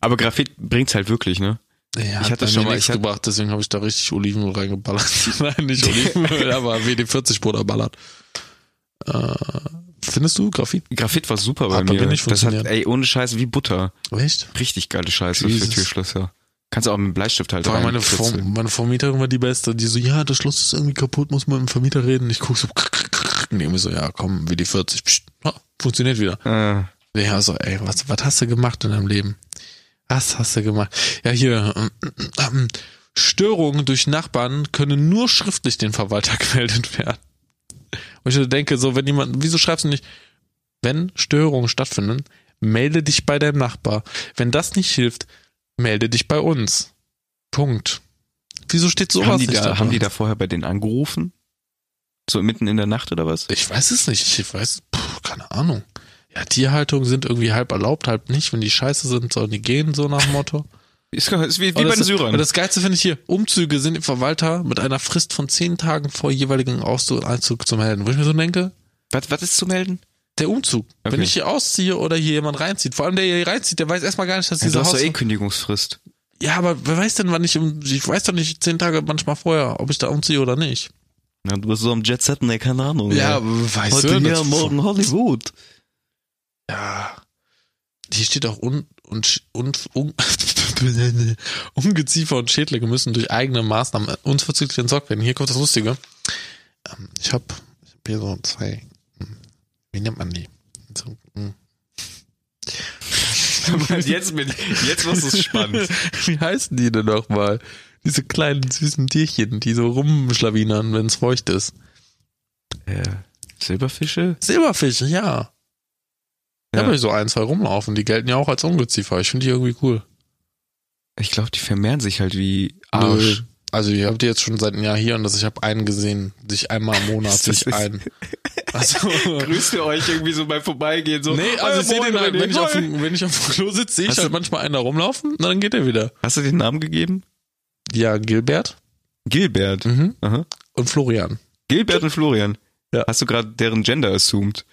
Aber Graphit bringt's halt wirklich, ne? Ja, Ich hat hatte bei schon mir mal- nichts ich hatte- gebracht, deswegen habe ich (laughs) da richtig Olivenöl reingeballert. Nein, nicht Olivenöl, aber WD-40 Bruder ballert. Äh, findest du Graphit? Graphit war super bei Hat bei mir. mir nicht das hat, funktioniert. ey, ohne Scheiß wie Butter. Echt? Richtig geile Scheiße Jesus. für Türschlösser. Kannst du auch mit dem Bleistift halt Vor allem meine, reinkritzeln. Vor meine Vormieterin war die Beste, die so, ja, das Schloss ist irgendwie kaputt, muss man mit dem Vermieter reden. Ich guck so, und irgendwie so, ja, komm, wie die 40, pst, ha, funktioniert wieder. Äh, Ja, so, ey, was, was hast du gemacht in deinem Leben? Was hast du gemacht? Ja, hier, ähm, ähm, Störungen durch Nachbarn können nur schriftlich den Verwalter (laughs) gemeldet werden. Und ich so denke, so, wenn jemand, wieso schreibst du nicht, wenn Störungen stattfinden, melde dich bei deinem Nachbar. Wenn das nicht hilft, melde dich bei uns. Punkt. Wieso steht sowas haben, die nicht da, haben die da vorher bei denen angerufen? So mitten in der Nacht oder was? Ich weiß es nicht. Ich weiß, puh, keine Ahnung. Ja, Tierhaltungen sind irgendwie halb erlaubt, halb nicht. Wenn die scheiße sind, sollen die gehen, so nach dem Motto. Ist, Oh, ist (laughs) wie, wie bei Und das- den Syrern. Und das Geilste finde ich hier, Umzüge sind im Verwalter mit einer Frist von zehn Tagen vor jeweiligen Auszug und Einzug zu melden. Wo ich mir so denke, was, was ist zu melden? der Umzug. Okay. Wenn ich hier ausziehe oder hier jemand reinzieht, vor allem der hier reinzieht, der weiß erstmal gar nicht, dass Ja, du dieser hast doch Haus... eh Kündigungsfrist. ja, aber wer weiß denn, wann ich... um- Ich weiß doch nicht zehn Tage manchmal vorher, ob ich da umziehe oder nicht. Ja, du bist so am Jet Set, ne, keine Ahnung. Ja, ne? weißt heute du... hier, das- morgen Hollywood. Ja. Hier steht auch un, und, und, un, (laughs) Ungeziefer und Schädlinge müssen durch eigene Maßnahmen unverzüglich entsorgt werden. Hier kommt das Lustige. Ähm, Ich habe ich hab hier so zwei, hm, wie nennt man die? So, hm. (laughs) jetzt, bin, jetzt wird es spannend. (laughs) wie heißen die denn nochmal? Diese kleinen süßen Tierchen, die so rumschlawinern, wenn es feucht ist. Äh, Silberfische? Silberfische, ja. Ja. Da habe ich so ein, zwei rumlaufen. Die gelten ja auch als Ungeziefer. Ich finde die irgendwie cool. Ich glaube, die vermehren sich halt wie Arsch. Arsch. Also ich habe die jetzt schon seit einem Jahr hier und das, ich habe einen gesehen, sich einmal im (laughs) Monat, Das sich ist- einen. (laughs) Also, Grüßt ihr euch irgendwie so beim Vorbeigehen? So, nee, also ich sehe den, halt, wenn ich, auf, den, dem- wenn ich auf dem Klo sitze, sehe ich Hast halt du- manchmal einen da rumlaufen und dann geht er wieder. Hast du den Namen gegeben? Ja, Gilbert Gilbert. Aha. Mhm. und Florian. Gilbert und Florian. Ja. Hast du gerade deren Gender assumed?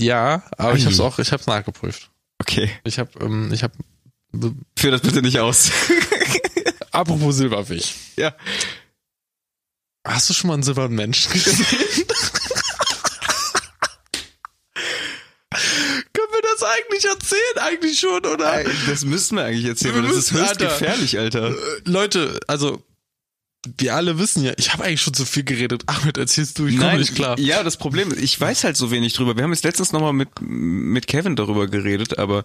Ja, aber ich Ei. habe es auch, ich habe es nachgeprüft. Okay. Ich habe, ähm, ich habe, Führ das bitte nicht aus. (laughs) apropos Silberfisch. Ja. Hast du schon mal einen silbernen Menschen (laughs) gesehen? Können wir das eigentlich erzählen? Eigentlich schon, oder? Äh, Das müssen wir eigentlich erzählen, Wir weil das ist müssen, höchst Alter. gefährlich, Alter. Äh, Leute, also wir alle wissen ja, ich habe eigentlich schon zu viel geredet. Ahmed, erzählst du, ich komme Nein, nicht klar. Ja, das Problem ist, ich weiß halt so wenig drüber. Wir haben jetzt letztens nochmal mit, mit Kevin darüber geredet, aber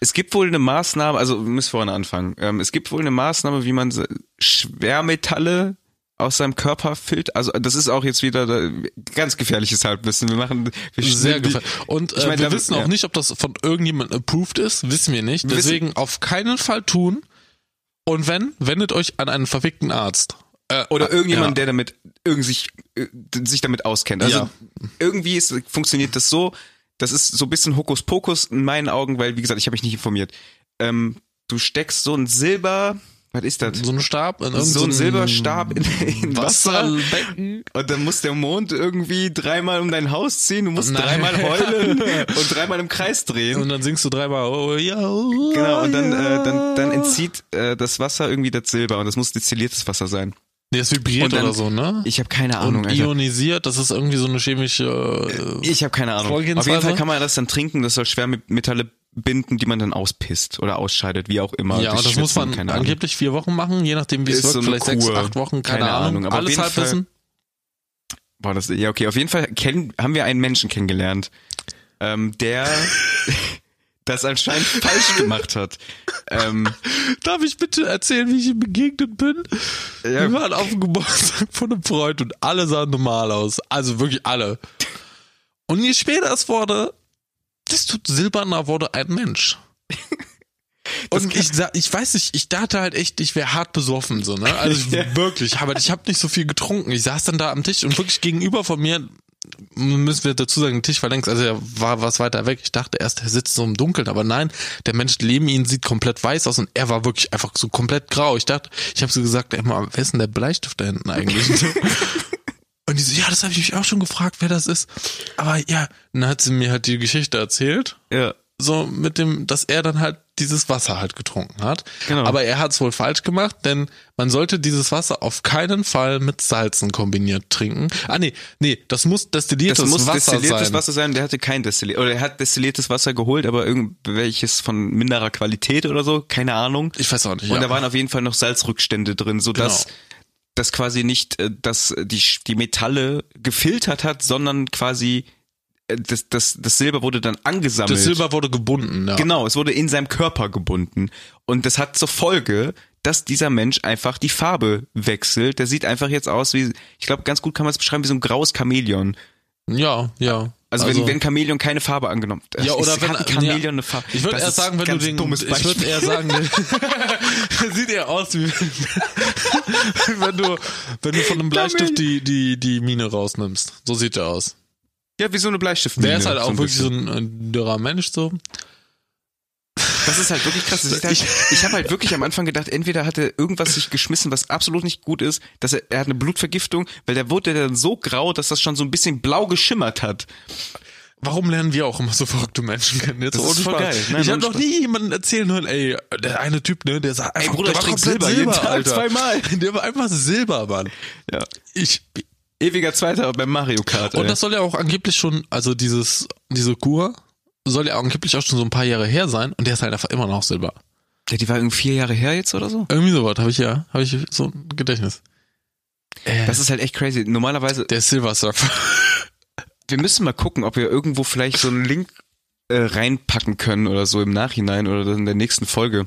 es gibt wohl eine Maßnahme, also wir müssen vorne anfangen. Ähm, es gibt wohl eine Maßnahme, wie man se- Schwermetalle aus seinem Körper filtert. Also das ist auch jetzt wieder da, ganz gefährliches Halbwissen. Wir machen wir Sehr schneiden die- gefällt. Und äh, Ich mein, wir da- wissen auch ja. nicht, ob das von irgendjemandem approved ist, wissen wir nicht. Wir wissen- Deswegen auf keinen Fall tun. Und wenn, wendet euch an einen verfickten Arzt. Äh, Oder ah, irgendjemand, ja. der damit irgend sich, äh, sich damit auskennt. Also Ja. irgendwie ist, funktioniert das so. Das ist so ein bisschen Hokuspokus in meinen Augen, weil, wie gesagt, ich habe mich nicht informiert. Ähm, du steckst so ein Silber, was ist das? so einen Stab in So irgendeinem ein Silberstab in, in Wasser. Wasserbecken. Und dann muss der Mond irgendwie dreimal um dein Haus ziehen, du musst Nein. dreimal (laughs) heulen und dreimal im Kreis drehen. Und dann singst du dreimal. Oh, ja, oh, genau, und dann, ja. äh, dann, dann entzieht äh, das Wasser irgendwie das Silber und das muss destilliertes Wasser sein. Nee, es vibriert und dann- oder so, ne? Ich habe keine Ahnung, Und Alter. ionisiert, das ist irgendwie so eine chemische. Äh, Ich habe keine Ahnung. Auf jeden Vorgehensweise? Fall kann man das dann trinken, das soll Schwermetalle binden, die man dann auspisst oder ausscheidet, wie auch immer. ja, Durch und das muss Schwitzen, man keine Ahnung. angeblich vier Wochen machen, je nachdem, wie es Ist wirkt. so eine vielleicht sechs, Kur. acht Wochen, keine, Keine Ahnung. Ahnung, aber auf Alles jeden Fall- Halbwissen. (laughs) Boah, das, ja, okay, auf jeden Fall kennen, haben wir einen Menschen kennengelernt, ähm, der (laughs) das anscheinend falsch gemacht hat. Ähm, Darf ich bitte erzählen, wie ich ihm begegnet bin? Ja. Wir waren auf dem Geburtstag von einem Freund und alle sahen normal aus. Also wirklich alle. Und je später es wurde, desto silberner wurde ein Mensch. Und ich, sa- ich weiß nicht, ich dachte halt echt, ich wäre hart besoffen, so, ne? Also ich, wirklich, aber ich habe nicht so viel getrunken. Ich saß dann da am Tisch und wirklich gegenüber von mir, müssen wir dazu sagen, der Tisch war längst, also er war was weiter weg. Ich dachte erst, er sitzt so im Dunkeln, aber nein, der Mensch neben ihm sieht komplett weiß aus und er war wirklich einfach so komplett grau. Ich dachte, ich habe so gesagt, ey, mal, wer ist denn der Bleistift da hinten eigentlich? Und die so, ja, das habe ich mich auch schon gefragt, wer das ist. Aber ja, dann hat sie mir halt die Geschichte erzählt ja. so mit dem, dass er dann halt dieses Wasser halt getrunken hat. Genau. Aber er hat es wohl falsch gemacht, denn man sollte dieses Wasser auf keinen Fall mit Salzen kombiniert trinken. Ah nee, nee, das muss destilliertes das muss Wasser destilliertes sein. Wasser sein. Der hatte kein destilliertes, oder er hat destilliertes Wasser geholt, aber irgendwelches von minderer Qualität oder so, keine Ahnung. Ich weiß auch nicht. Und ja. da waren auf jeden Fall noch Salzrückstände drin, sodass Genau. das quasi nicht äh, dass die, Sch- die Metalle gefiltert hat, sondern quasi äh, das, das, das Silber wurde dann angesammelt. das Silber wurde gebunden, ja. Genau, es wurde in seinem Körper gebunden. Und das hat zur Folge, dass dieser Mensch einfach die Farbe wechselt. Der sieht einfach jetzt aus wie, ich glaube, ganz gut kann man es beschreiben, wie so ein graues Chamäleon. Ja, ja. Also, wenn, wenn Chamäleon keine Farbe angenommen hat. Ja, oder Es wenn hat ein Chamäleon eine Farbe. Ich würde Das eher ist sagen, wenn du ganz den dummes ich würde Beispiel. eher (laughs) sagen, (laughs) der- sieht eher aus wie (laughs) wenn du wenn du von einem Bleistift die die die Mine rausnimmst. So sieht er aus. Ja, wie so eine Bleistiftmine. Der ist halt so auch ein wirklich bisschen. so ein, ein dürrer Mensch so. Das ist halt wirklich krass. Das ist halt, ich ich habe halt wirklich am Anfang gedacht, entweder hat er irgendwas sich geschmissen, was absolut nicht gut ist, dass er, er hat eine Blutvergiftung, weil der wurde dann so grau, dass das schon so ein bisschen blau geschimmert hat. Warum lernen wir auch immer so (laughs) verrückte Menschen kennen? Jetzt Das ohne ist voll Spaß. geil. Nein, ich habe ohne noch Spaß. nie jemanden erzählen hören, ey, der eine Typ, ne, der sagt einfach, Bruder, der ich war trink komplett Silber jeden Tag, zweimal. (laughs) Der war einfach Silber, Mann. Ja. Ich Ewiger Zweiter beim Mario Kart. Und ey. das soll ja auch angeblich schon, also dieses, diese Kur soll ja angeblich auch schon so ein paar Jahre her sein und der ist halt einfach immer noch Silber. ja, die war irgendwie vier Jahre her jetzt oder so. Irgendwie sowas habe ich ja, habe ich so ein Gedächtnis. Äh, Das ist halt echt crazy. Normalerweise, der Silver Surfer. wir müssen mal gucken, ob wir irgendwo vielleicht so einen Link äh, reinpacken können oder so im Nachhinein oder in der nächsten Folge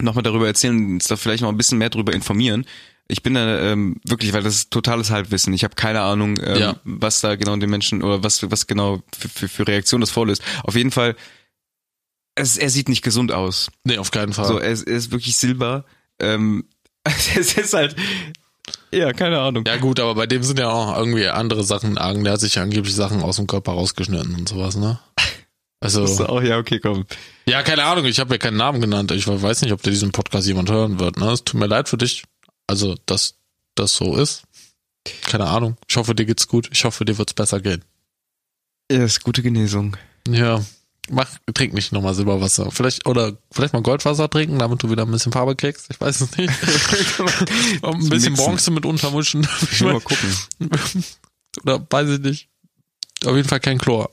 nochmal darüber erzählen und uns da vielleicht noch ein bisschen mehr darüber informieren. Ich bin da ähm, wirklich, weil das ist totales Halbwissen. Ich habe keine Ahnung, ähm, Ja. was da genau den Menschen oder was, was genau für, für, für Reaktion das vorlöst. Auf jeden Fall, es, er sieht nicht gesund aus. (laughs) Nee, auf keinen Fall. So, er ist, er ist wirklich Silber. Ähm, (laughs) es ist halt. Ja, keine Ahnung. ja gut, aber bei dem sind ja auch irgendwie andere Sachen im Argen. Der hat sich ja angeblich Sachen aus dem Körper rausgeschnitten und sowas, ne? Ist Also, auch, ja, okay, komm. ja, keine Ahnung, ich habe ja keinen Namen genannt. Ich weiß nicht, ob der diesen Podcast jemand hören wird, ne? Es tut mir leid für dich. Also, dass das so ist. Keine Ahnung. Ich hoffe, dir geht's gut. Ich hoffe, dir wird's besser gehen. Ja, ist gute Genesung. Ja. Mach, trink nicht nochmal Silberwasser. Vielleicht, oder vielleicht mal Goldwasser trinken, damit du wieder ein bisschen Farbe kriegst. Ich weiß (laughs) es nicht. Und ein bisschen Mixen. Bronze mit untermischen. (laughs) (laughs) Ich Mal mein, gucken. oder weiß ich nicht. Auf jeden Fall kein Chlor.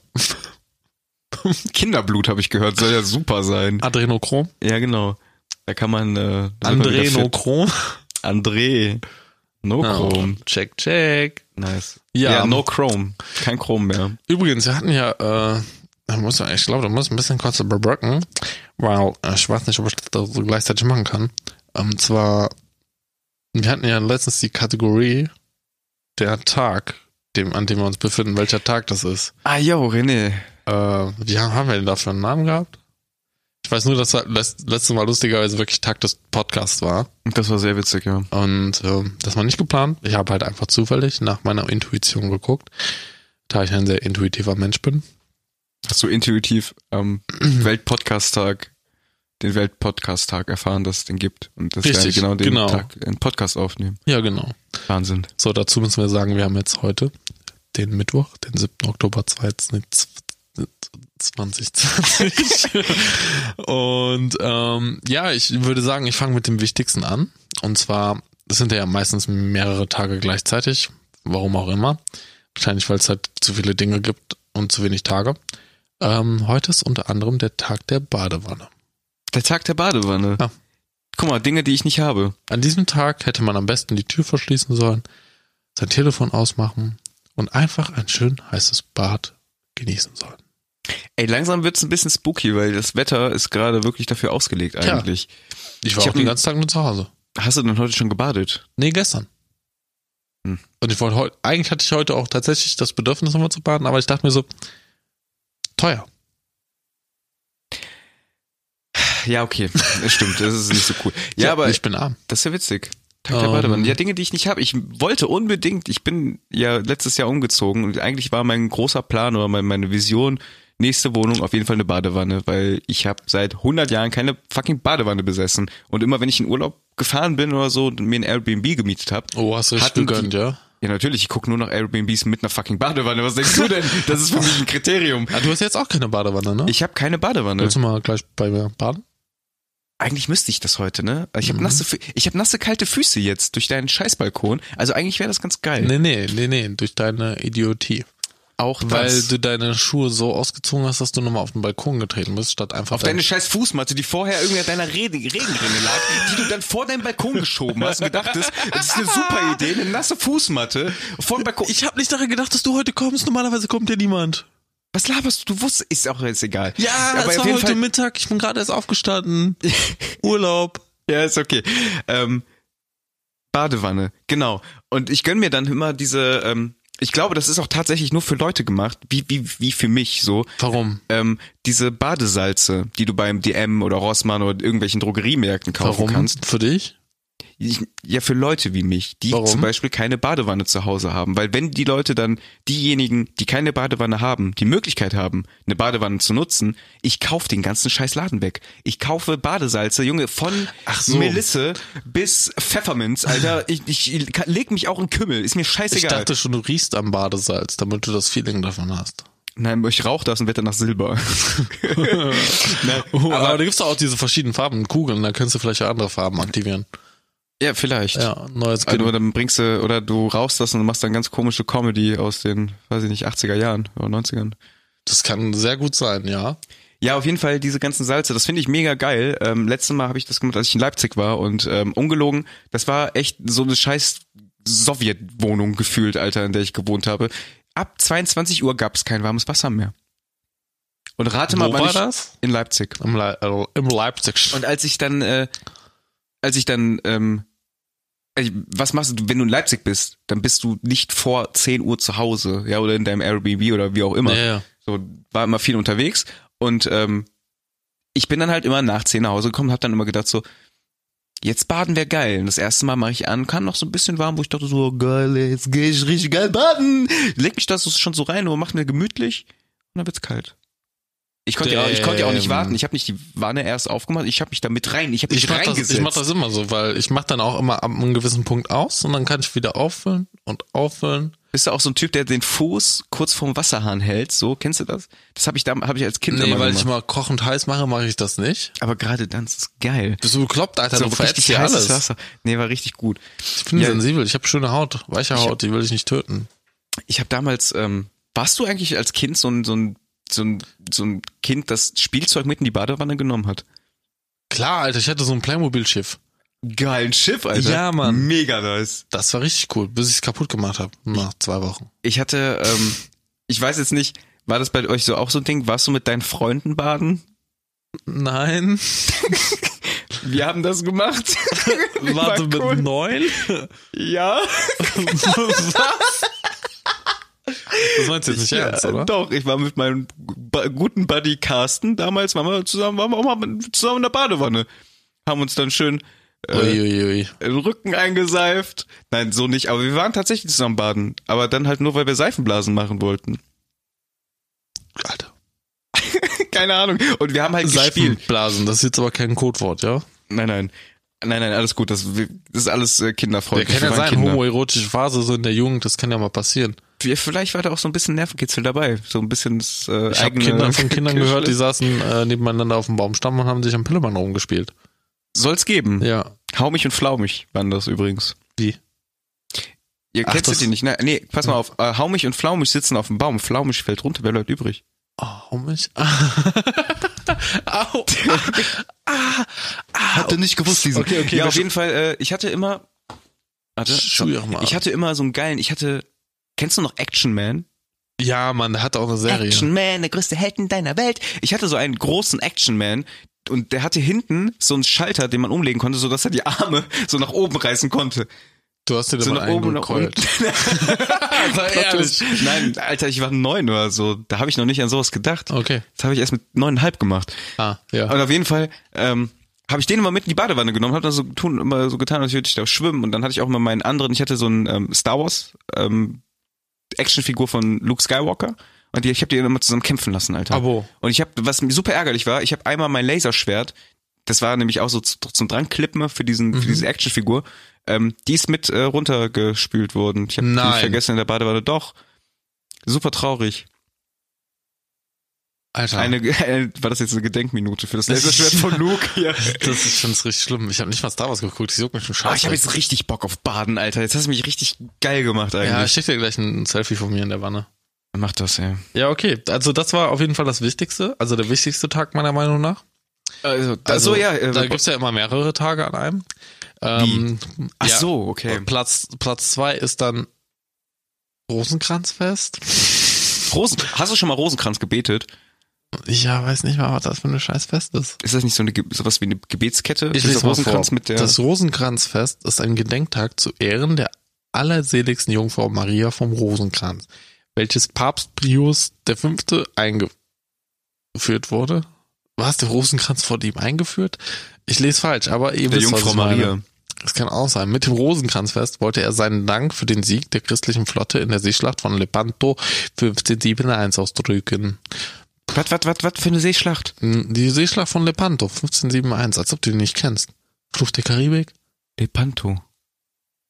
Kinderblut, habe ich gehört, soll ja super sein. Adrenochrom. Ja, genau. Da kann man. Äh, da wird man wieder fit. Adrenochrom. André. No Chrome. Ja, (laughs) check, check. Ah. Nice. Ja. no Chrome. Kein Chrome mehr. Übrigens, wir hatten ja, äh, da muss, man- ich glaube, da muss ein bisschen kurz überbrücken, weil äh, ich weiß nicht, ob ich das so gleichzeitig machen kann. Ähm, zwar, wir hatten ja letztens die Kategorie der Tag, dem, an dem wir uns befinden, welcher Tag das ist. Ah, yo, René. Äh, wie haben, haben wir denn dafür einen Namen gehabt? Ich weiß nur, dass das letzte Mal lustigerweise wirklich Tag des Podcasts war. Das war sehr witzig, ja. Und ähm, das war nicht geplant. Ich habe halt einfach zufällig nach meiner Intuition geguckt, da ich ein sehr intuitiver Mensch bin. Hast du intuitiv (clears throat) am Weltpodcast-Tag, den Weltpodcast-Tag erfahren, dass es den gibt und dass wir Richtig, genau den genau. Tag einen Podcast aufnehmen. Ja, genau. Wahnsinn. So, dazu müssen wir sagen, wir haben jetzt heute den Mittwoch, den 7. Oktober 2020. Und ähm, ja, ich würde sagen, ich fange mit dem Wichtigsten an. Und zwar, es sind ja meistens mehrere Tage gleichzeitig, warum auch immer. Wahrscheinlich, weil es halt zu viele Dinge gibt und zu wenig Tage. Ähm, heute ist unter anderem der Tag der Badewanne. Der Tag der Badewanne. Ja. Guck mal, Dinge, die ich nicht habe. An diesem Tag hätte man am besten die Tür verschließen sollen, sein Telefon ausmachen und einfach ein schön heißes Bad genießen sollen. Ey, langsam wird's ein bisschen spooky, weil das Wetter ist gerade wirklich dafür ausgelegt Tja. eigentlich. Ich Ich war auch hab den ein- ganzen Tag nur zu Hause. Hast du denn heute schon gebadet? Nee, gestern. Hm. Und ich wollte heute, eigentlich hatte ich heute auch tatsächlich das Bedürfnis, nochmal zu baden, aber ich dachte mir so, teuer. Ja, okay. Das stimmt, das ist nicht so cool. (laughs) Ja, aber ich bin arm. das ist ja witzig. Tag der Ähm. Badewanne. Ja, Dinge, die ich nicht habe. Ich wollte unbedingt, ich bin ja letztes Jahr umgezogen und eigentlich war mein großer Plan oder mein- meine Vision, nächste Wohnung auf jeden Fall eine Badewanne, weil ich habe seit 100 Jahren keine fucking Badewanne besessen. Und immer wenn ich in Urlaub gefahren bin oder so und mir ein Airbnb gemietet habe, Oh, hast du richtig Hatten die- gegönnt, ja? Ja, natürlich, ich gucke nur noch Airbnbs mit einer fucking Badewanne. Was denkst du denn? Das ist für mich ein Kriterium. Ah, du hast jetzt auch keine Badewanne, ne? Ich habe keine Badewanne. Willst du mal gleich bei mir baden? eigentlich müsste ich das heute, ne? Ich Mhm. habe nasse, Fü- ich habe nasse kalte Füße jetzt durch deinen Scheißbalkon. Also eigentlich wäre das ganz geil. Nee, nee, nee, nee, durch deine Idiotie. Auch Weil das. du deine Schuhe so ausgezogen hast, dass du nochmal auf den Balkon getreten bist, statt einfach auf deine scheiß Fußmatte, die vorher irgendwie an deiner Rede- Regenrinne lag, die du dann vor deinen Balkon geschoben hast und gedachtest, das ist eine super Idee, eine nasse Fußmatte vor dem Balkon. Ich habe nicht daran gedacht, dass du heute kommst. Normalerweise kommt ja niemand. Was laberst du? Du wusstest, ist auch jetzt egal. Ja, aber es auf war jeden heute Fall, Mittag. Ich bin gerade erst aufgestanden. Urlaub. Ja, ist okay. Ähm, Badewanne, genau. Und ich gönn mir dann immer diese, ähm, ich glaube, das ist auch tatsächlich nur für Leute gemacht, wie, wie, wie für mich so. Warum? Ähm, diese Badesalze, die du beim DM oder Rossmann oder irgendwelchen Drogeriemärkten kaufen Warum? kannst. Für dich? Ich, ja, für Leute wie mich, die Warum? zum Beispiel keine Badewanne zu Hause haben. Weil wenn die Leute dann, diejenigen, die keine Badewanne haben, die Möglichkeit haben, eine Badewanne zu nutzen, ich kaufe den ganzen scheiß Laden weg. Ich kaufe Badesalze, Junge, von Ach so. Melisse bis Pfefferminz, Alter. Ich, ich ka- leg mich auch in Kümmel, ist mir Ich scheißegal. dachte schon, du riechst am Badesalz, damit du das Feeling davon hast. Nein, ich rauche das und werde dann nach (laughs) Silber. Nein, Oh, aber, aber- da gibt's doch auch diese verschiedenen Farben, Kugeln, da kannst du vielleicht auch andere Farben aktivieren. ja, vielleicht. Ja, neues Also, Kind. dann bringst du, oder du rauchst das und machst dann ganz komische Comedy aus den, weiß ich nicht, 80er Jahren oder 90ern. Das kann sehr gut sein, ja. Ja, auf jeden Fall diese ganzen Salze, das finde ich mega geil. Ähm, letztes Mal habe ich das gemacht, als ich in Leipzig war und ähm, ungelogen, das war echt so eine scheiß Sowjetwohnung gefühlt, Alter, in der ich gewohnt habe. Ab 22 Uhr gab's kein warmes Wasser mehr. Und rate mal, Wo wann war ich das? in Leipzig. Im, Le äh, im Leipzig. Und als ich dann, äh, als ich dann, ähm, ich- was machst du, wenn du in Leipzig bist, dann bist du nicht vor 10 Uhr zu Hause, ja, oder in deinem Airbnb oder wie auch immer. ja, ja. So, war immer viel unterwegs und ähm, ich bin dann halt immer nach 10 nach Hause gekommen und hab dann immer gedacht so, jetzt baden wäre geil. Und das erste Mal mache ich an, kam noch so ein bisschen warm, wo ich dachte so, geil, jetzt gehe ich richtig geil baden. Leg mich das so- schon so rein, aber mach mir gemütlich und dann wird's kalt. Ich konnte, ja, ich konnte ja auch nicht Damn. warten. Ich habe nicht die Wanne erst aufgemacht. Ich habe mich da mit rein. Ich habe mich Ich mach, das, reingesetzt. ich mach das immer so, weil ich mach dann auch immer ab einem gewissen Punkt aus und dann kann ich wieder auffüllen und auffüllen. Bist du auch so ein Typ, der den Fuß kurz vorm Wasserhahn hält? So kennst du das? Das habe ich da, habe ich als Kind Nee, immer weil gemacht. ich mal kochend heiß mache, mache ich das nicht. aber gerade dann ist es geil. Bist du bekloppt, Alter? du verätzt hier heißes alles. Wasser. Nee, war richtig gut. Ich bin Ja. sensibel, ich habe schöne Haut, weiche Haut, die will ich nicht töten. Ich habe damals, ähm, warst du eigentlich als Kind so ein, so ein, so ein, so ein Kind, das Spielzeug mit in die Badewanne genommen hat? Klar, Alter, ich hatte so ein Playmobil-Schiff. Geilen Schiff, Alter. Ja, Mann. Mega nice. Das war richtig cool, bis ich es kaputt gemacht habe nach zwei Wochen. Ich hatte, ähm, ich weiß jetzt nicht, war das bei euch so auch so ein Ding? Warst du mit deinen Freunden baden? Nein, Wir haben das (laughs) gemacht. (laughs) warte War cool. mit (laughs) neun? ja. Was? Das meinst du jetzt nicht ernst, oder? Doch, ich war mit meinem ba guten Buddy Carsten. Damals waren wir zusammen, waren wir auch mal zusammen in der Badewanne. Haben uns dann schön äh, Uiuiui. den Rücken eingeseift. Nein, so nicht. Aber wir waren tatsächlich zusammen baden. Aber dann halt nur, weil wir Seifenblasen machen wollten. (laughs) Alter. Keine Ahnung. Und wir haben halt gespielt. Seifenblasen, das ist jetzt aber kein Codewort, ja? Nein, nein. Nein, nein, alles gut. Das, wir- das ist alles äh, Der kinderfreundlich. kann ja Wir waren sein, Kinder. homoerotische Phase so in der Jugend, das kann ja mal passieren. Wir, vielleicht war da auch so ein bisschen Nervenkitzel dabei. So ein bisschen das äh, Ich habe eigene... Kindern von (laughs) Kindern gehört, die saßen äh, nebeneinander auf dem Baumstamm und haben sich am Pillemann rumgespielt. Soll's geben. Ja. Hau mich und flau mich waren das übrigens. Wie? Ihr Ach, kennt das- sie nicht. Ne? Nee, pass mal auf. Äh, Hau mich und flau mich sitzen auf dem Baum. Flau mich fällt runter. Wer bleibt übrig? Oh, (laughs) mich. (laughs) Au. Habt ihr nicht gewusst, diesen? Okay, okay, ja, wir auf jeden Fall, äh, ich hatte immer. Warte, Schuh so- doch mal ab. ich hatte immer so einen geilen, ich hatte. Kennst du noch Action Man? Ja, Mann, der hat auch eine Serie. Action Man, der größte Helden deiner Welt. Ich hatte so einen großen Action Man und der hatte hinten so einen Schalter, den man umlegen konnte, sodass er die Arme (laughs) so nach oben reißen konnte. Du hast dir So da mal nach oben, nach unten. (laughs) eingekreuzt. (laughs) ehrlich. Nein, Alter, ich war neun oder so. Da habe ich noch nicht an sowas gedacht. Okay. Das habe ich erst mit neuneinhalb gemacht. Ah, ja. Und auf jeden Fall ähm, habe ich den immer mit in die Badewanne genommen, habe dann so tun, immer so getan, als würde ich da schwimmen. Und dann hatte ich auch immer meinen anderen, ich hatte so einen ähm, Star Wars ähm, Actionfigur von Luke Skywalker. Und die, ich habe die immer zusammen kämpfen lassen, Alter. Abo. Und ich habe, was mir super ärgerlich war, ich habe einmal mein Laserschwert, das war nämlich auch so zu, zum Dranklippen für diesen für diese Actionfigur, ähm, die ist mit äh, runtergespült worden. Ich habe die Nein. vergessen in der Badewanne. Doch. Super traurig. Alter. Eine, (laughs) äh, war das jetzt eine Gedenkminute für das Laserschwert (laughs) von Luke? Ja. Das ist schon richtig schlimm. Ich habe nicht mal Star Wars geguckt. Ich juckt mich schon Ah, scheiße. ich habe jetzt richtig Bock auf Baden, Alter. Jetzt hast du mich richtig geil gemacht ja, ich eigentlich. schicke dir gleich ein Selfie von mir in der Wanne. Ja, Mach das, ey. Ja, okay. Also das war auf jeden Fall das Wichtigste. Also der wichtigste Tag meiner Meinung nach. Also, Also, also ja. da Äh, gibt's ja immer mehrere Tage an einem. Ähm, ach ja. so, okay. Platz, Platz zwei ist dann (laughs) Rosenkranzfest. Rosen hast du schon mal Rosenkranz gebetet? Ich ja, weiß nicht mal, was das für ein Scheißfest ist. Ist das nicht so eine Ge- sowas wie eine Gebetskette? Ich Dieser lese mal Rosenkranz vor. mit der Das Rosenkranzfest ist ein Gedenktag zu Ehren der allerseligsten Jungfrau Maria vom Rosenkranz, welches Papst Pius V. eingeführt wurde. Was? Der Rosenkranz wurde ihm eingeführt? Ich lese falsch, aber eben der Jungfrau Maria. Das kann auch sein. Mit dem Rosenkranzfest wollte er seinen Dank für den Sieg der christlichen Flotte in der Seeschlacht von Lepanto 1571 ausdrücken. Was, was, was, was für eine Seeschlacht? Hm, Die Seeschlacht von Lepanto 1571, als ob du die nicht kennst. Flucht der Karibik? Lepanto.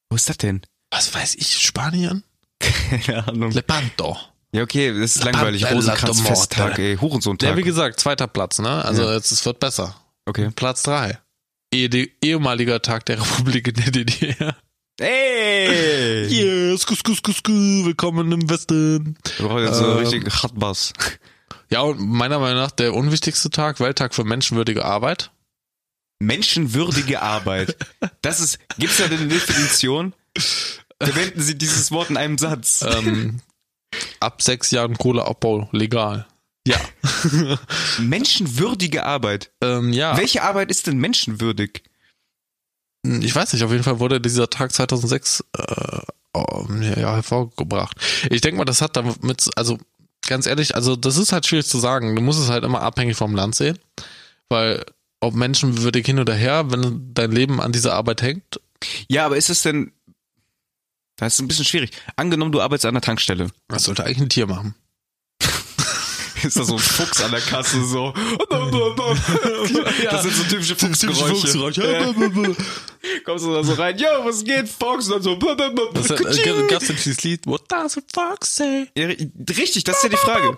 Wo ist das (laughs) denn? Was weiß ich, Spanien? Keine Ahnung. Lepanto. Ja, okay, das ist Lepanto, langweilig. Rosenkranz-Festtag, Morte. ey. Hurensohn-Tag. Der, wie gesagt, zweiter Platz, ne? Also Ja. jetzt, es wird besser. Okay. Platz drei. Ede- ehemaliger Tag der Republik in der DDR. Ey! Yes, kus, kus, kus, kus, willkommen im Westen. (laughs) Wir brauchen jetzt so Ähm, richtig Chatbass. Ja, und meiner Meinung nach der unwichtigste Tag, Welttag für menschenwürdige Arbeit. Menschenwürdige Arbeit. Das ist, gibt's da denn eine Definition? Verwenden Sie dieses Wort in einem Satz. ähm, ab sechs Jahren Kohleabbau legal. Ja. Menschenwürdige Arbeit. ähm, ja, Welche Arbeit ist denn menschenwürdig? Hm, ich weiß nicht, auf jeden Fall wurde dieser Tag 2006 äh, oh, ja, hervorgebracht. Ich denke mal, das hat damit, also ganz ehrlich, also das ist halt schwierig zu sagen. Du musst es halt immer abhängig vom Land sehen, weil ob menschenwürdig hin oder her, wenn dein Leben an dieser Arbeit hängt, Ja, aber ist es denn. Das ist ein bisschen schwierig. Angenommen, du arbeitest an der Tankstelle. das sollte eigentlich ein Tier machen. Ist da so ein Fuchs an der Kasse (laughs) so. Das sind so typische Fuchsgeräusche. Ja. Kommst du da so rein, yo, was geht, Fox? Und dann so. Das hat, äh, gab's denn dieses Lied, What does a fox say? Ja, richtig, das ist ja die Frage.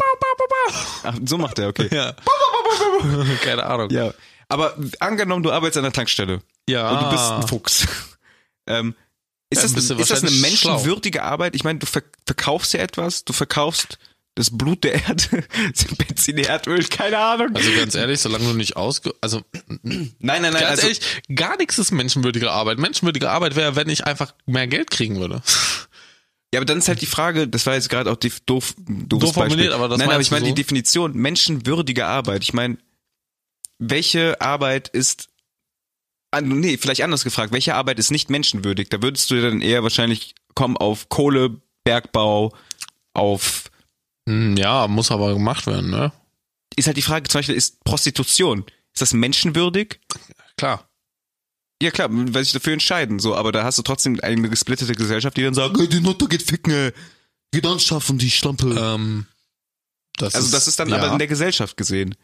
Ach, so macht er, okay. Ja. (laughs) Keine Ahnung. Ja. Aber angenommen, du arbeitest an der Tankstelle Ja. und du bist ein Fuchs. (laughs) Ähm, ist, Ja, das, Ah. bist du ist das eine wahrscheinlich schlau. menschenwürdige Arbeit? Ich meine, du ver verkaufst ja etwas, du verkaufst das Blut der Erde, (laughs) das Benzin, Erdöl, keine Ahnung. Also ganz ehrlich, solange du nicht ausge... Also nein, nein, nein, ganz also, ehrlich, gar nichts ist menschenwürdige Arbeit. Menschenwürdige Arbeit wäre, wenn ich einfach mehr Geld kriegen würde. ja, aber dann ist halt die Frage, das war jetzt gerade auch die doof, doofes Doof formuliert, Beispiel. aber das nein, aber meinst ich meine du die so? Definition menschenwürdige Arbeit. Ich meine, welche Arbeit ist Ah, nee, vielleicht anders gefragt, welche Arbeit ist nicht menschenwürdig? Da würdest du dann eher wahrscheinlich kommen auf Kohle, Bergbau, auf Hm, Ja, muss aber gemacht werden, ne? ist halt die Frage, zum Beispiel ist Prostitution, ist das menschenwürdig? Klar. Ja klar, man wird sich dafür entscheiden, so, aber da hast du trotzdem eine gesplittete Gesellschaft, die dann sagt, Ey, die Nutte geht ficken, ey. Geht anschaffen, die Schlampe. Ähm, das also das ist dann ja. aber in der Gesellschaft gesehen.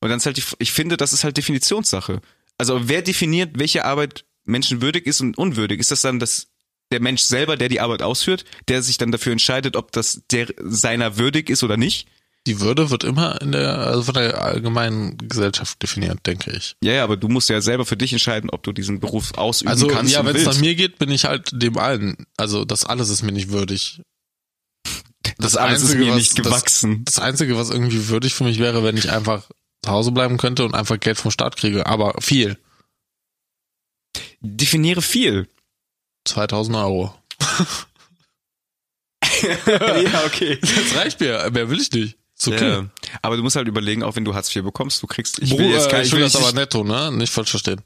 Und dann ist halt die, ich finde, das ist halt Definitionssache. Also wer definiert, welche Arbeit menschenwürdig ist und unwürdig? Ist das dann das der Mensch selber, der die Arbeit ausführt, der sich dann dafür entscheidet, ob das der seiner würdig ist oder nicht? Die Würde wird immer in der, also von der allgemeinen Gesellschaft definiert, denke ich. Ja, ja, aber du musst ja selber für dich entscheiden, ob du diesen Beruf ausüben Also kannst. ja, und wenn es willst. nach mir geht, bin ich halt dem allen. Also das alles ist mir nicht würdig. das alles ist Einzige, mir was- nicht das- gewachsen. Das Einzige, was irgendwie würdig für mich wäre, wenn ich einfach zu Hause bleiben könnte und einfach Geld vom Staat kriege. Aber viel. Definiere (laughs) viel. 2000 Euro. ja, okay. (laughs) Das reicht mir. Mehr will ich nicht. Ist okay. Ja. Aber du musst halt überlegen, auch wenn du Hartz IV bekommst, du kriegst. Ich äh, Ich will jetzt kein, ich will das aber jetzt nicht, netto, ne? Nicht falsch verstehen.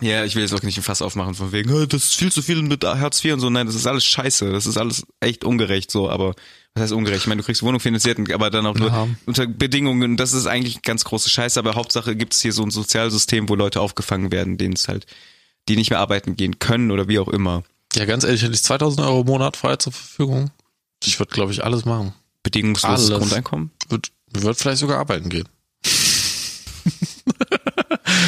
ja, ich will jetzt auch nicht ein Fass aufmachen von wegen, "Hey, das ist viel zu viel mit Hartz IV und so. Nein, das ist alles Scheiße. Das ist alles echt ungerecht so. Aber was heißt ungerecht? Ich meine, du kriegst Wohnung finanziert, aber dann auch nur Ja. unter Bedingungen. Das ist eigentlich ganz große Scheiße. Aber Hauptsache gibt es hier so ein Sozialsystem, wo Leute aufgefangen werden, denen es halt, die nicht mehr arbeiten gehen können oder wie auch immer. Ja, ganz ehrlich, hätte ich 2000 Euro im Monat frei zur Verfügung. Ich würde, glaube ich, alles machen. Bedingungsloses Alles. Grundeinkommen. Würde würd vielleicht sogar arbeiten gehen.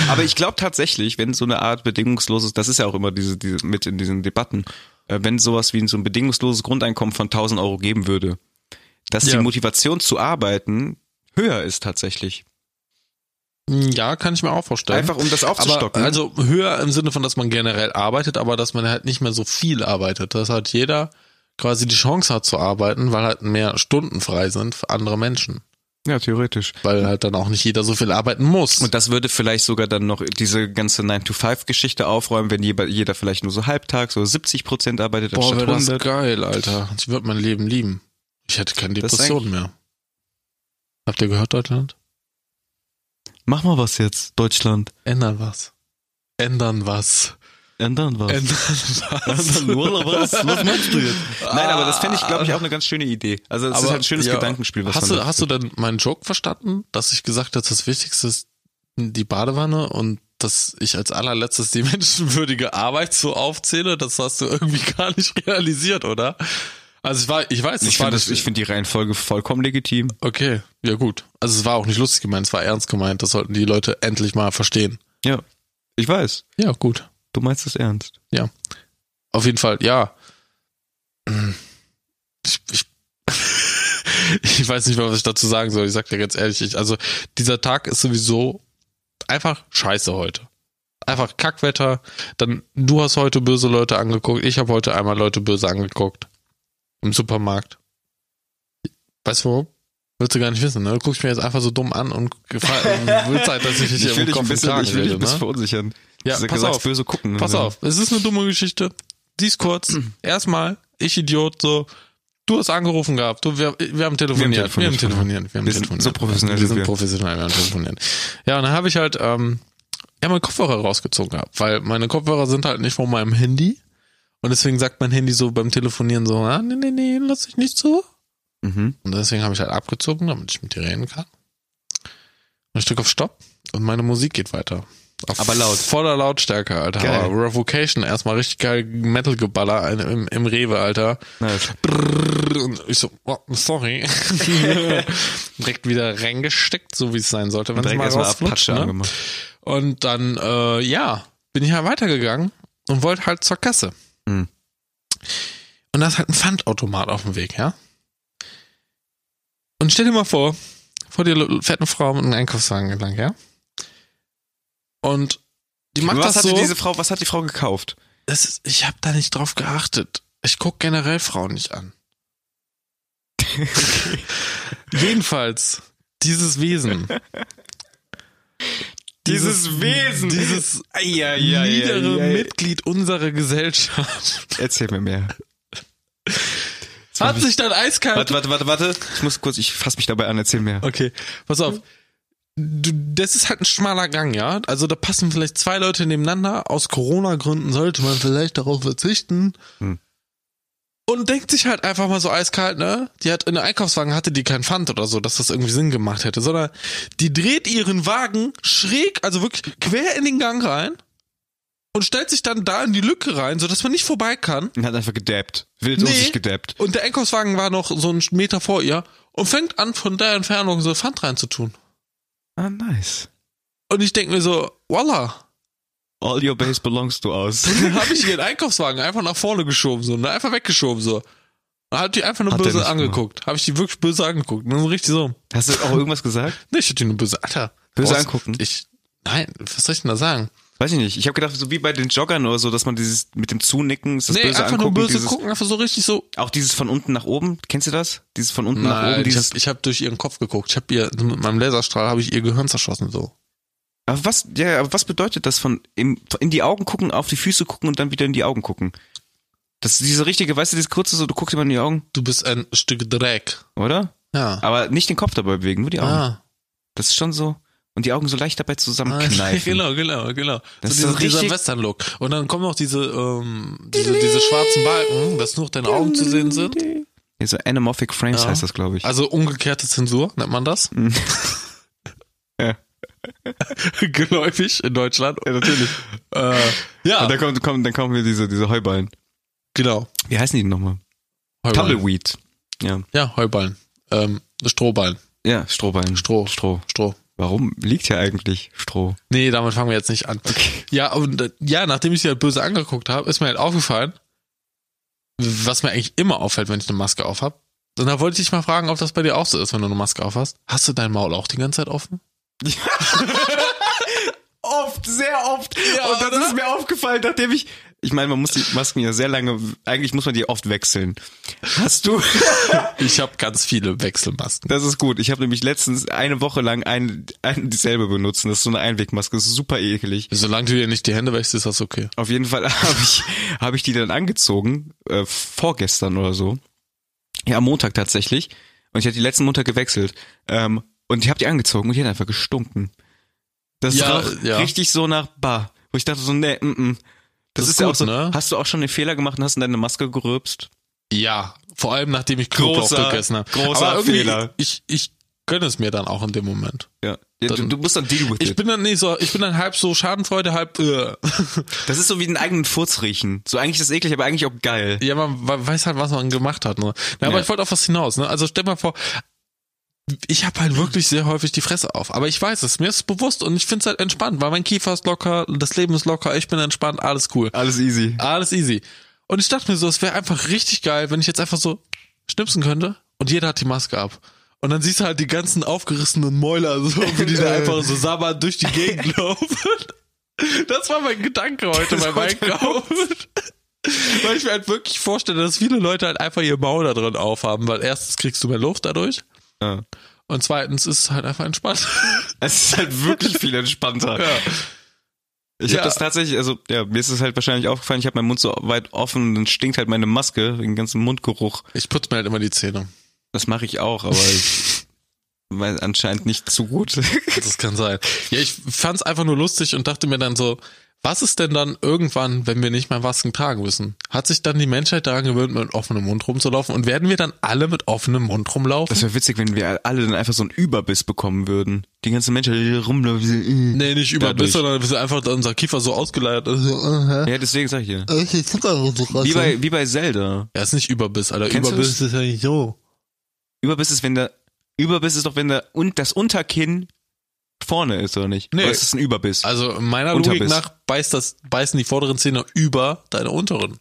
Aber ich glaube tatsächlich, wenn so eine Art bedingungsloses, das ist ja auch immer diese, diese mit in diesen Debatten, äh, wenn sowas wie so ein bedingungsloses Grundeinkommen von 1000 Euro geben würde, dass die Ja. Motivation zu arbeiten höher ist tatsächlich. Ja, kann ich mir auch vorstellen. Einfach um das aber, aufzustocken. also höher im Sinne von, dass man generell arbeitet, aber dass man halt nicht mehr so viel arbeitet. Dass halt jeder quasi die Chance hat zu arbeiten, weil halt mehr Stunden frei sind für andere Menschen. ja, theoretisch. Weil halt dann auch nicht jeder so viel arbeiten muss. Und das würde vielleicht sogar dann noch diese ganze 9-to-5-Geschichte aufräumen, wenn jeder, jeder vielleicht nur so halbtags oder 70 Prozent arbeitet Boah, anstatt wäre das 100. geil, Alter. Ich würde mein Leben lieben. Ich hätte keine Das ist Depression mehr. Habt ihr gehört, Deutschland? Mach mal was jetzt, Deutschland. Ändern was. Ändern was. (laughs) Ändern was. Ändern (laughs) was. Ah. Ändern nur was? Was machst du jetzt? Nein, aber das fände ich, glaube ich, auch eine ganz schöne Idee. Also es ist halt ein schönes ja. Gedankenspiel, was hast man du, da hast du denn meinen Joke verstanden, dass ich gesagt habe, das Wichtigste ist die Badewanne und dass ich als allerletztes die (laughs) menschenwürdige Arbeit so aufzähle? Das hast du irgendwie (laughs) gar nicht realisiert, oder? Also ich war, ich weiß, das Ich war finde nicht- find die Reihenfolge vollkommen legitim. Okay, ja gut. Also es war auch nicht lustig gemeint, es war ernst gemeint. Das sollten die Leute endlich mal verstehen. Ja. Ich weiß. Ja, gut. Du meinst es ernst. Auf jeden Fall, ja. Ich, ich, (laughs) ich weiß nicht mal, was ich dazu sagen soll. Ich sag dir ganz ehrlich, ich, also dieser Tag ist sowieso einfach scheiße heute. Einfach Kackwetter. Dann du hast heute böse Leute angeguckt. Ich habe heute einmal Leute böse angeguckt. Im Supermarkt. Weißt du warum? Willst du gar nicht wissen, ne? Du guckst mich jetzt einfach so dumm an und (laughs) gefall- willst halt, dass ich dich Ich hier will im dich Kopf ein und bisschen, Kragen ich will dich rede, ein bisschen ne? verunsichern. Ja, Du pass sagst, auf. böse gucken. ne? Pass Ja. auf, es ist eine dumme Geschichte. Die ist kurz. Mhm. Erstmal, ich Idiot, so. Du hast angerufen gehabt. Du, wir, wir haben telefoniert. Wir haben telefoniert. Wir haben telefoniert. Wir sind so professionell Wir sind sind wir. professionell. Wir haben telefoniert. Ja, und dann habe ich halt, ähm, ja, meine Kopfhörer rausgezogen gehabt, weil meine Kopfhörer sind halt nicht von meinem Handy. Und deswegen sagt mein Handy so beim Telefonieren so, ah, nee, nee, nee, lass dich nicht zu. Mhm. Und deswegen habe ich halt abgezogen, damit ich mit dir reden kann. Und ich drücke auf Stopp und meine Musik geht weiter. Auf Aber laut. Voller Lautstärke, Alter. Geil. Aber Revocation, erstmal richtig geil Metal-Geballer in- im, im Rewe, Alter. Nice. Brrrr. Und ich so, oh, sorry. (laughs) Direkt wieder reingesteckt, so wie es sein sollte, wenn es Direkt mal erstmal rausflutscht. Apache Ne? angemacht. Und dann, äh, ja, bin ich halt weitergegangen und wollte halt zur Kasse. Mhm. Und da ist halt ein Pfandautomat auf dem Weg, ja? Und stell dir mal vor, vor dir fährt eine Frau mit einem Einkaufswagen entlang, ja? Und die macht was das hatte so. diese Frau, was hat die Frau gekauft? das ist, ich habe da nicht drauf geachtet. Ich guck generell Frauen nicht (laughs) an. Jedenfalls, dieses Wesen. Dieses niedere Mitglied unserer Gesellschaft Erzähl mir mehr. hat sich dann eiskalt Warte, warte, warte, warte. Ich muss kurz, ich fass mich dabei an, erzähl mehr. Okay, pass auf. Du, das ist halt ein schmaler Gang, ja. Also da passen vielleicht zwei Leute nebeneinander. Aus Corona-Gründen sollte man vielleicht darauf verzichten. Hm. Und denkt sich halt einfach mal so eiskalt, ne? Die hat in der Einkaufswagen hatte die kein Pfand oder so, dass das irgendwie Sinn gemacht hätte, sondern die dreht ihren Wagen schräg, also wirklich quer in den Gang rein und stellt sich dann da in die Lücke rein, sodass man nicht vorbei kann. Und hat einfach gedappt. Wild um Nee. sich gedappt. Und der Einkaufswagen war noch so einen Meter vor ihr und fängt an, von der Entfernung so Pfand reinzutun. Ah, nice. Und ich denke mir so, voila, All your base belongs to us. (laughs) dann habe ich ihren Einkaufswagen einfach nach vorne geschoben, so, ne? einfach weggeschoben, so. Dann hat die einfach nur Hat der böse nicht gemacht. angeguckt. Habe ich die wirklich böse angeguckt. Und dann so richtig so, Hast du auch irgendwas gesagt? nee, ich hätte die nur böse, Alter. Böse brauchst- angucken? Ich, nein, was soll ich denn da sagen? Weiß ich nicht. Ich habe gedacht, so wie bei den Joggern oder so, dass man dieses mit dem Zunicken, ist das nee, böse einfach angucken, nur böse dieses, gucken, einfach so richtig so. auch dieses von unten nach oben. Kennst du das? Dieses von unten nach Nein, oben, ich dieses. habe ich hab durch ihren Kopf geguckt. Ich habe ihr, mit meinem Laserstrahl habe ich ihr Gehirn zerschossen, so. Aber was, ja, aber was bedeutet das von im, in die Augen gucken, auf die Füße gucken und dann wieder in die Augen gucken? Das ist diese richtige, weißt du, dieses kurze so, du guckst immer in die Augen, Du bist ein Stück Dreck. oder? Ja. Aber nicht den Kopf dabei bewegen, nur die Augen. Ah, Das ist schon so. Und die Augen so leicht (laughs) dabei ah, zusammenkneifen. genau, genau, genau. Das ist so so dieser, dieser richtig- Western-Look. Und dann kommen noch diese, ähm, diese, diese schwarzen Balken, hm, dass nur noch deine Augen zu sehen sind. Ja, so anamorphic frames Ja. heißt das, glaube ich. Also umgekehrte Zensur, nennt man das? Mhm. (laughs) Ja. Geläufig in Deutschland. Ja, (laughs) natürlich. Äh, ja, Und dann kommt, kommt, dann kommen wir diese, diese Heuballen. genau. Wie heißen die denn nochmal? Heuballen. Tumbleweed. Ja. Ja, Heuballen. Ähm, Strohballen. Ja, Strohballen. Stroh. Stroh. Stroh. Warum liegt hier eigentlich Stroh? Nee, damit fangen wir jetzt nicht an. Okay. Ja, und äh, ja, nachdem ich sie halt böse angeguckt habe, ist mir halt aufgefallen, was mir eigentlich immer auffällt, wenn ich eine Maske auf habe, Und da wollte ich dich mal fragen, ob das bei dir auch so ist, wenn du eine Maske auf hast. Hast du dein Maul auch die ganze Zeit offen? Oft, sehr oft. Ja, und dann oder? ist es mir aufgefallen, nachdem ich. Ich meine, man muss die Masken ja sehr lange, eigentlich muss man die oft wechseln. Hast du? Ich habe ganz viele (laughs) Wechselmasken. Das ist gut. Ich habe nämlich letztens eine Woche lang ein, ein, dieselbe benutzt. Und Das ist so eine Einwegmaske. Das ist super ekelig. Solange du dir nicht die Hände wäschst, ist das okay. Auf jeden Fall (laughs) habe ich, hab ich die dann angezogen, äh, vorgestern oder so. Ja, am Montag tatsächlich. Und ich hatte die letzten Montag gewechselt. Ähm, und ich habe die angezogen und die hat einfach gestunken. Das Ja, roch ja. richtig so nach Bar. Wo ich dachte so, nee, mm, mm. Das, Das ist ist ja auch gut, so. ne? Hast du auch schon den Fehler gemacht und hast in deine Maske gerülpst? Ja, vor allem nachdem ich Knoblauch Großer- gegessen habe. großer Aber irgendwie, Fehler. Ich, ich gönne es mir dann auch in dem Moment. Ja. ja du, Dann- du musst dann deal with Ich it. bin dann nicht so, ich bin dann halb so Schadenfreude, halb. Äh. (laughs) Das ist so wie den eigenen Furz riechen. So eigentlich ist das eklig, aber eigentlich auch geil. Ja, man we- weiß halt, was man gemacht hat. Ne? Na, aber Ja. ich wollte auf was hinaus. Ne? Also stell mal vor, ich habe halt wirklich sehr häufig die Fresse auf. Aber ich weiß es, mir ist es bewusst und ich finde es halt entspannt, weil mein Kiefer ist locker, das Leben ist locker, ich bin entspannt, alles cool. Alles easy. Alles easy. Und ich dachte mir so, es wäre einfach richtig geil, wenn ich jetzt einfach so schnipsen könnte und jeder hat die Maske ab. Und dann siehst du halt die ganzen aufgerissenen Mäuler, (laughs) so, wie die da einfach Äh. so sabbernd durch die Gegend laufen. Das war mein Gedanke heute Das beim war dein Einkaufen. Weil ich mir halt wirklich vorstelle, dass viele Leute halt einfach ihr Maul da drin aufhaben, weil erstens kriegst du mehr Luft dadurch Ja. und zweitens ist es halt einfach entspannt. Es ist halt wirklich viel entspannter. Ja. Ich Ja. habe das tatsächlich, also ja, mir ist es halt wahrscheinlich aufgefallen, ich habe meinen Mund so weit offen, dann stinkt halt meine Maske, den ganzen Mundgeruch. (laughs) Ich putze mir halt immer die Zähne. Das mache ich auch, aber ich (laughs) weiß anscheinend nicht zu gut. Das kann sein. Ja, ich fand's einfach nur lustig und dachte mir dann so, was ist denn dann irgendwann, wenn wir nicht mehr Masken tragen müssen? Hat sich dann die Menschheit daran gewöhnt, mit offenem Mund rumzulaufen? Und werden wir dann alle mit offenem Mund (laughs) rumlaufen? Das wäre witzig, wenn wir alle dann einfach so einen Überbiss bekommen würden. Die ganze Menschheit die rumläuft. äh. die- nee, nicht über Dadurch. bis, sondern bis einfach unser Kiefer so ausgeleiert ist. äh, Ja, Ja, deswegen sag ich hier. Äh, Wie Wie bei, wie bei Zelda. ist nicht Überbiss, Alter. Kennst du ne? Überbiss das? ist ja nicht so. Überbiss ist, wenn der Überbiss ist doch, wenn der und das Unterkinn vorne ist, oder nicht? Nee. Oder ist das ein Überbiss? Also meiner Logik Unterbiss. nach beißt das, beißen die vorderen Zähne über deine unteren.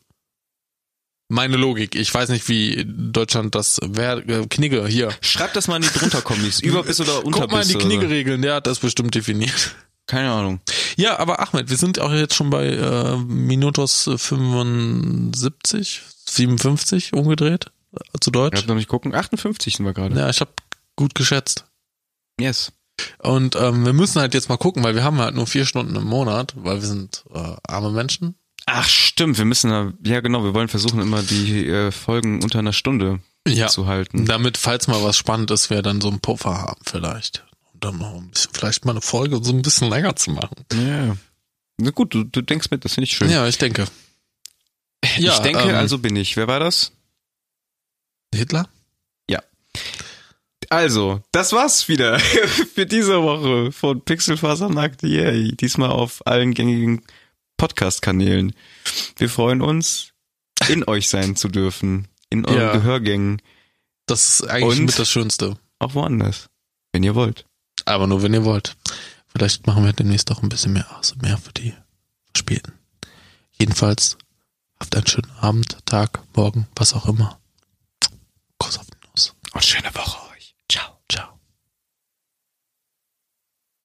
Meine Logik. Ich weiß nicht, wie Deutschland das, wer, äh, Knigge, hier. Schreibt das mal in die drunter (laughs) Kommis. Überbiss oder Unterbiss. Guck mal in die oder so. Knigge-Regeln, der hat das bestimmt definiert. Keine Ahnung. Ja, aber Ahmed, wir sind auch jetzt schon bei äh, Minutos äh, 75, 57 umgedreht, äh, zu Ich Deutsch. hab noch nicht gucken. 58 sind wir gerade. Ja, ich habe gut geschätzt. Yes. Und ähm, wir müssen halt jetzt mal gucken, weil wir haben halt nur vier Stunden im Monat, weil wir sind äh, arme Menschen. Ach stimmt, wir müssen da, ja genau, wir wollen versuchen immer die äh, Folgen unter einer Stunde Ja. zu halten. Damit, falls mal was spannend ist, wir dann so einen Puffer haben vielleicht. Und dann noch ein bisschen, vielleicht mal eine Folge so ein bisschen länger zu machen. Ja. Na gut, du, du denkst mit, das finde ich schön. Ja, ich denke. ja, ich denke, ähm, also bin ich. Wer war das? Hitler? Also, das war's wieder (laughs) für diese Woche von Pixelfasernackt. Yay. Diesmal auf allen gängigen Podcast-Kanälen. Wir freuen uns, in euch sein zu dürfen. In euren Ja. Gehörgängen. Das ist eigentlich Und? mit das Schönste. Auch woanders. Wenn ihr wollt. Aber nur wenn ihr wollt. Vielleicht machen wir demnächst auch ein bisschen mehr ASMR für die Verspäten. Jedenfalls habt einen schönen Abend, Tag, Morgen, was auch immer. Kuss auf die Nuss. Oh, Und schöne Woche euch. Ciao.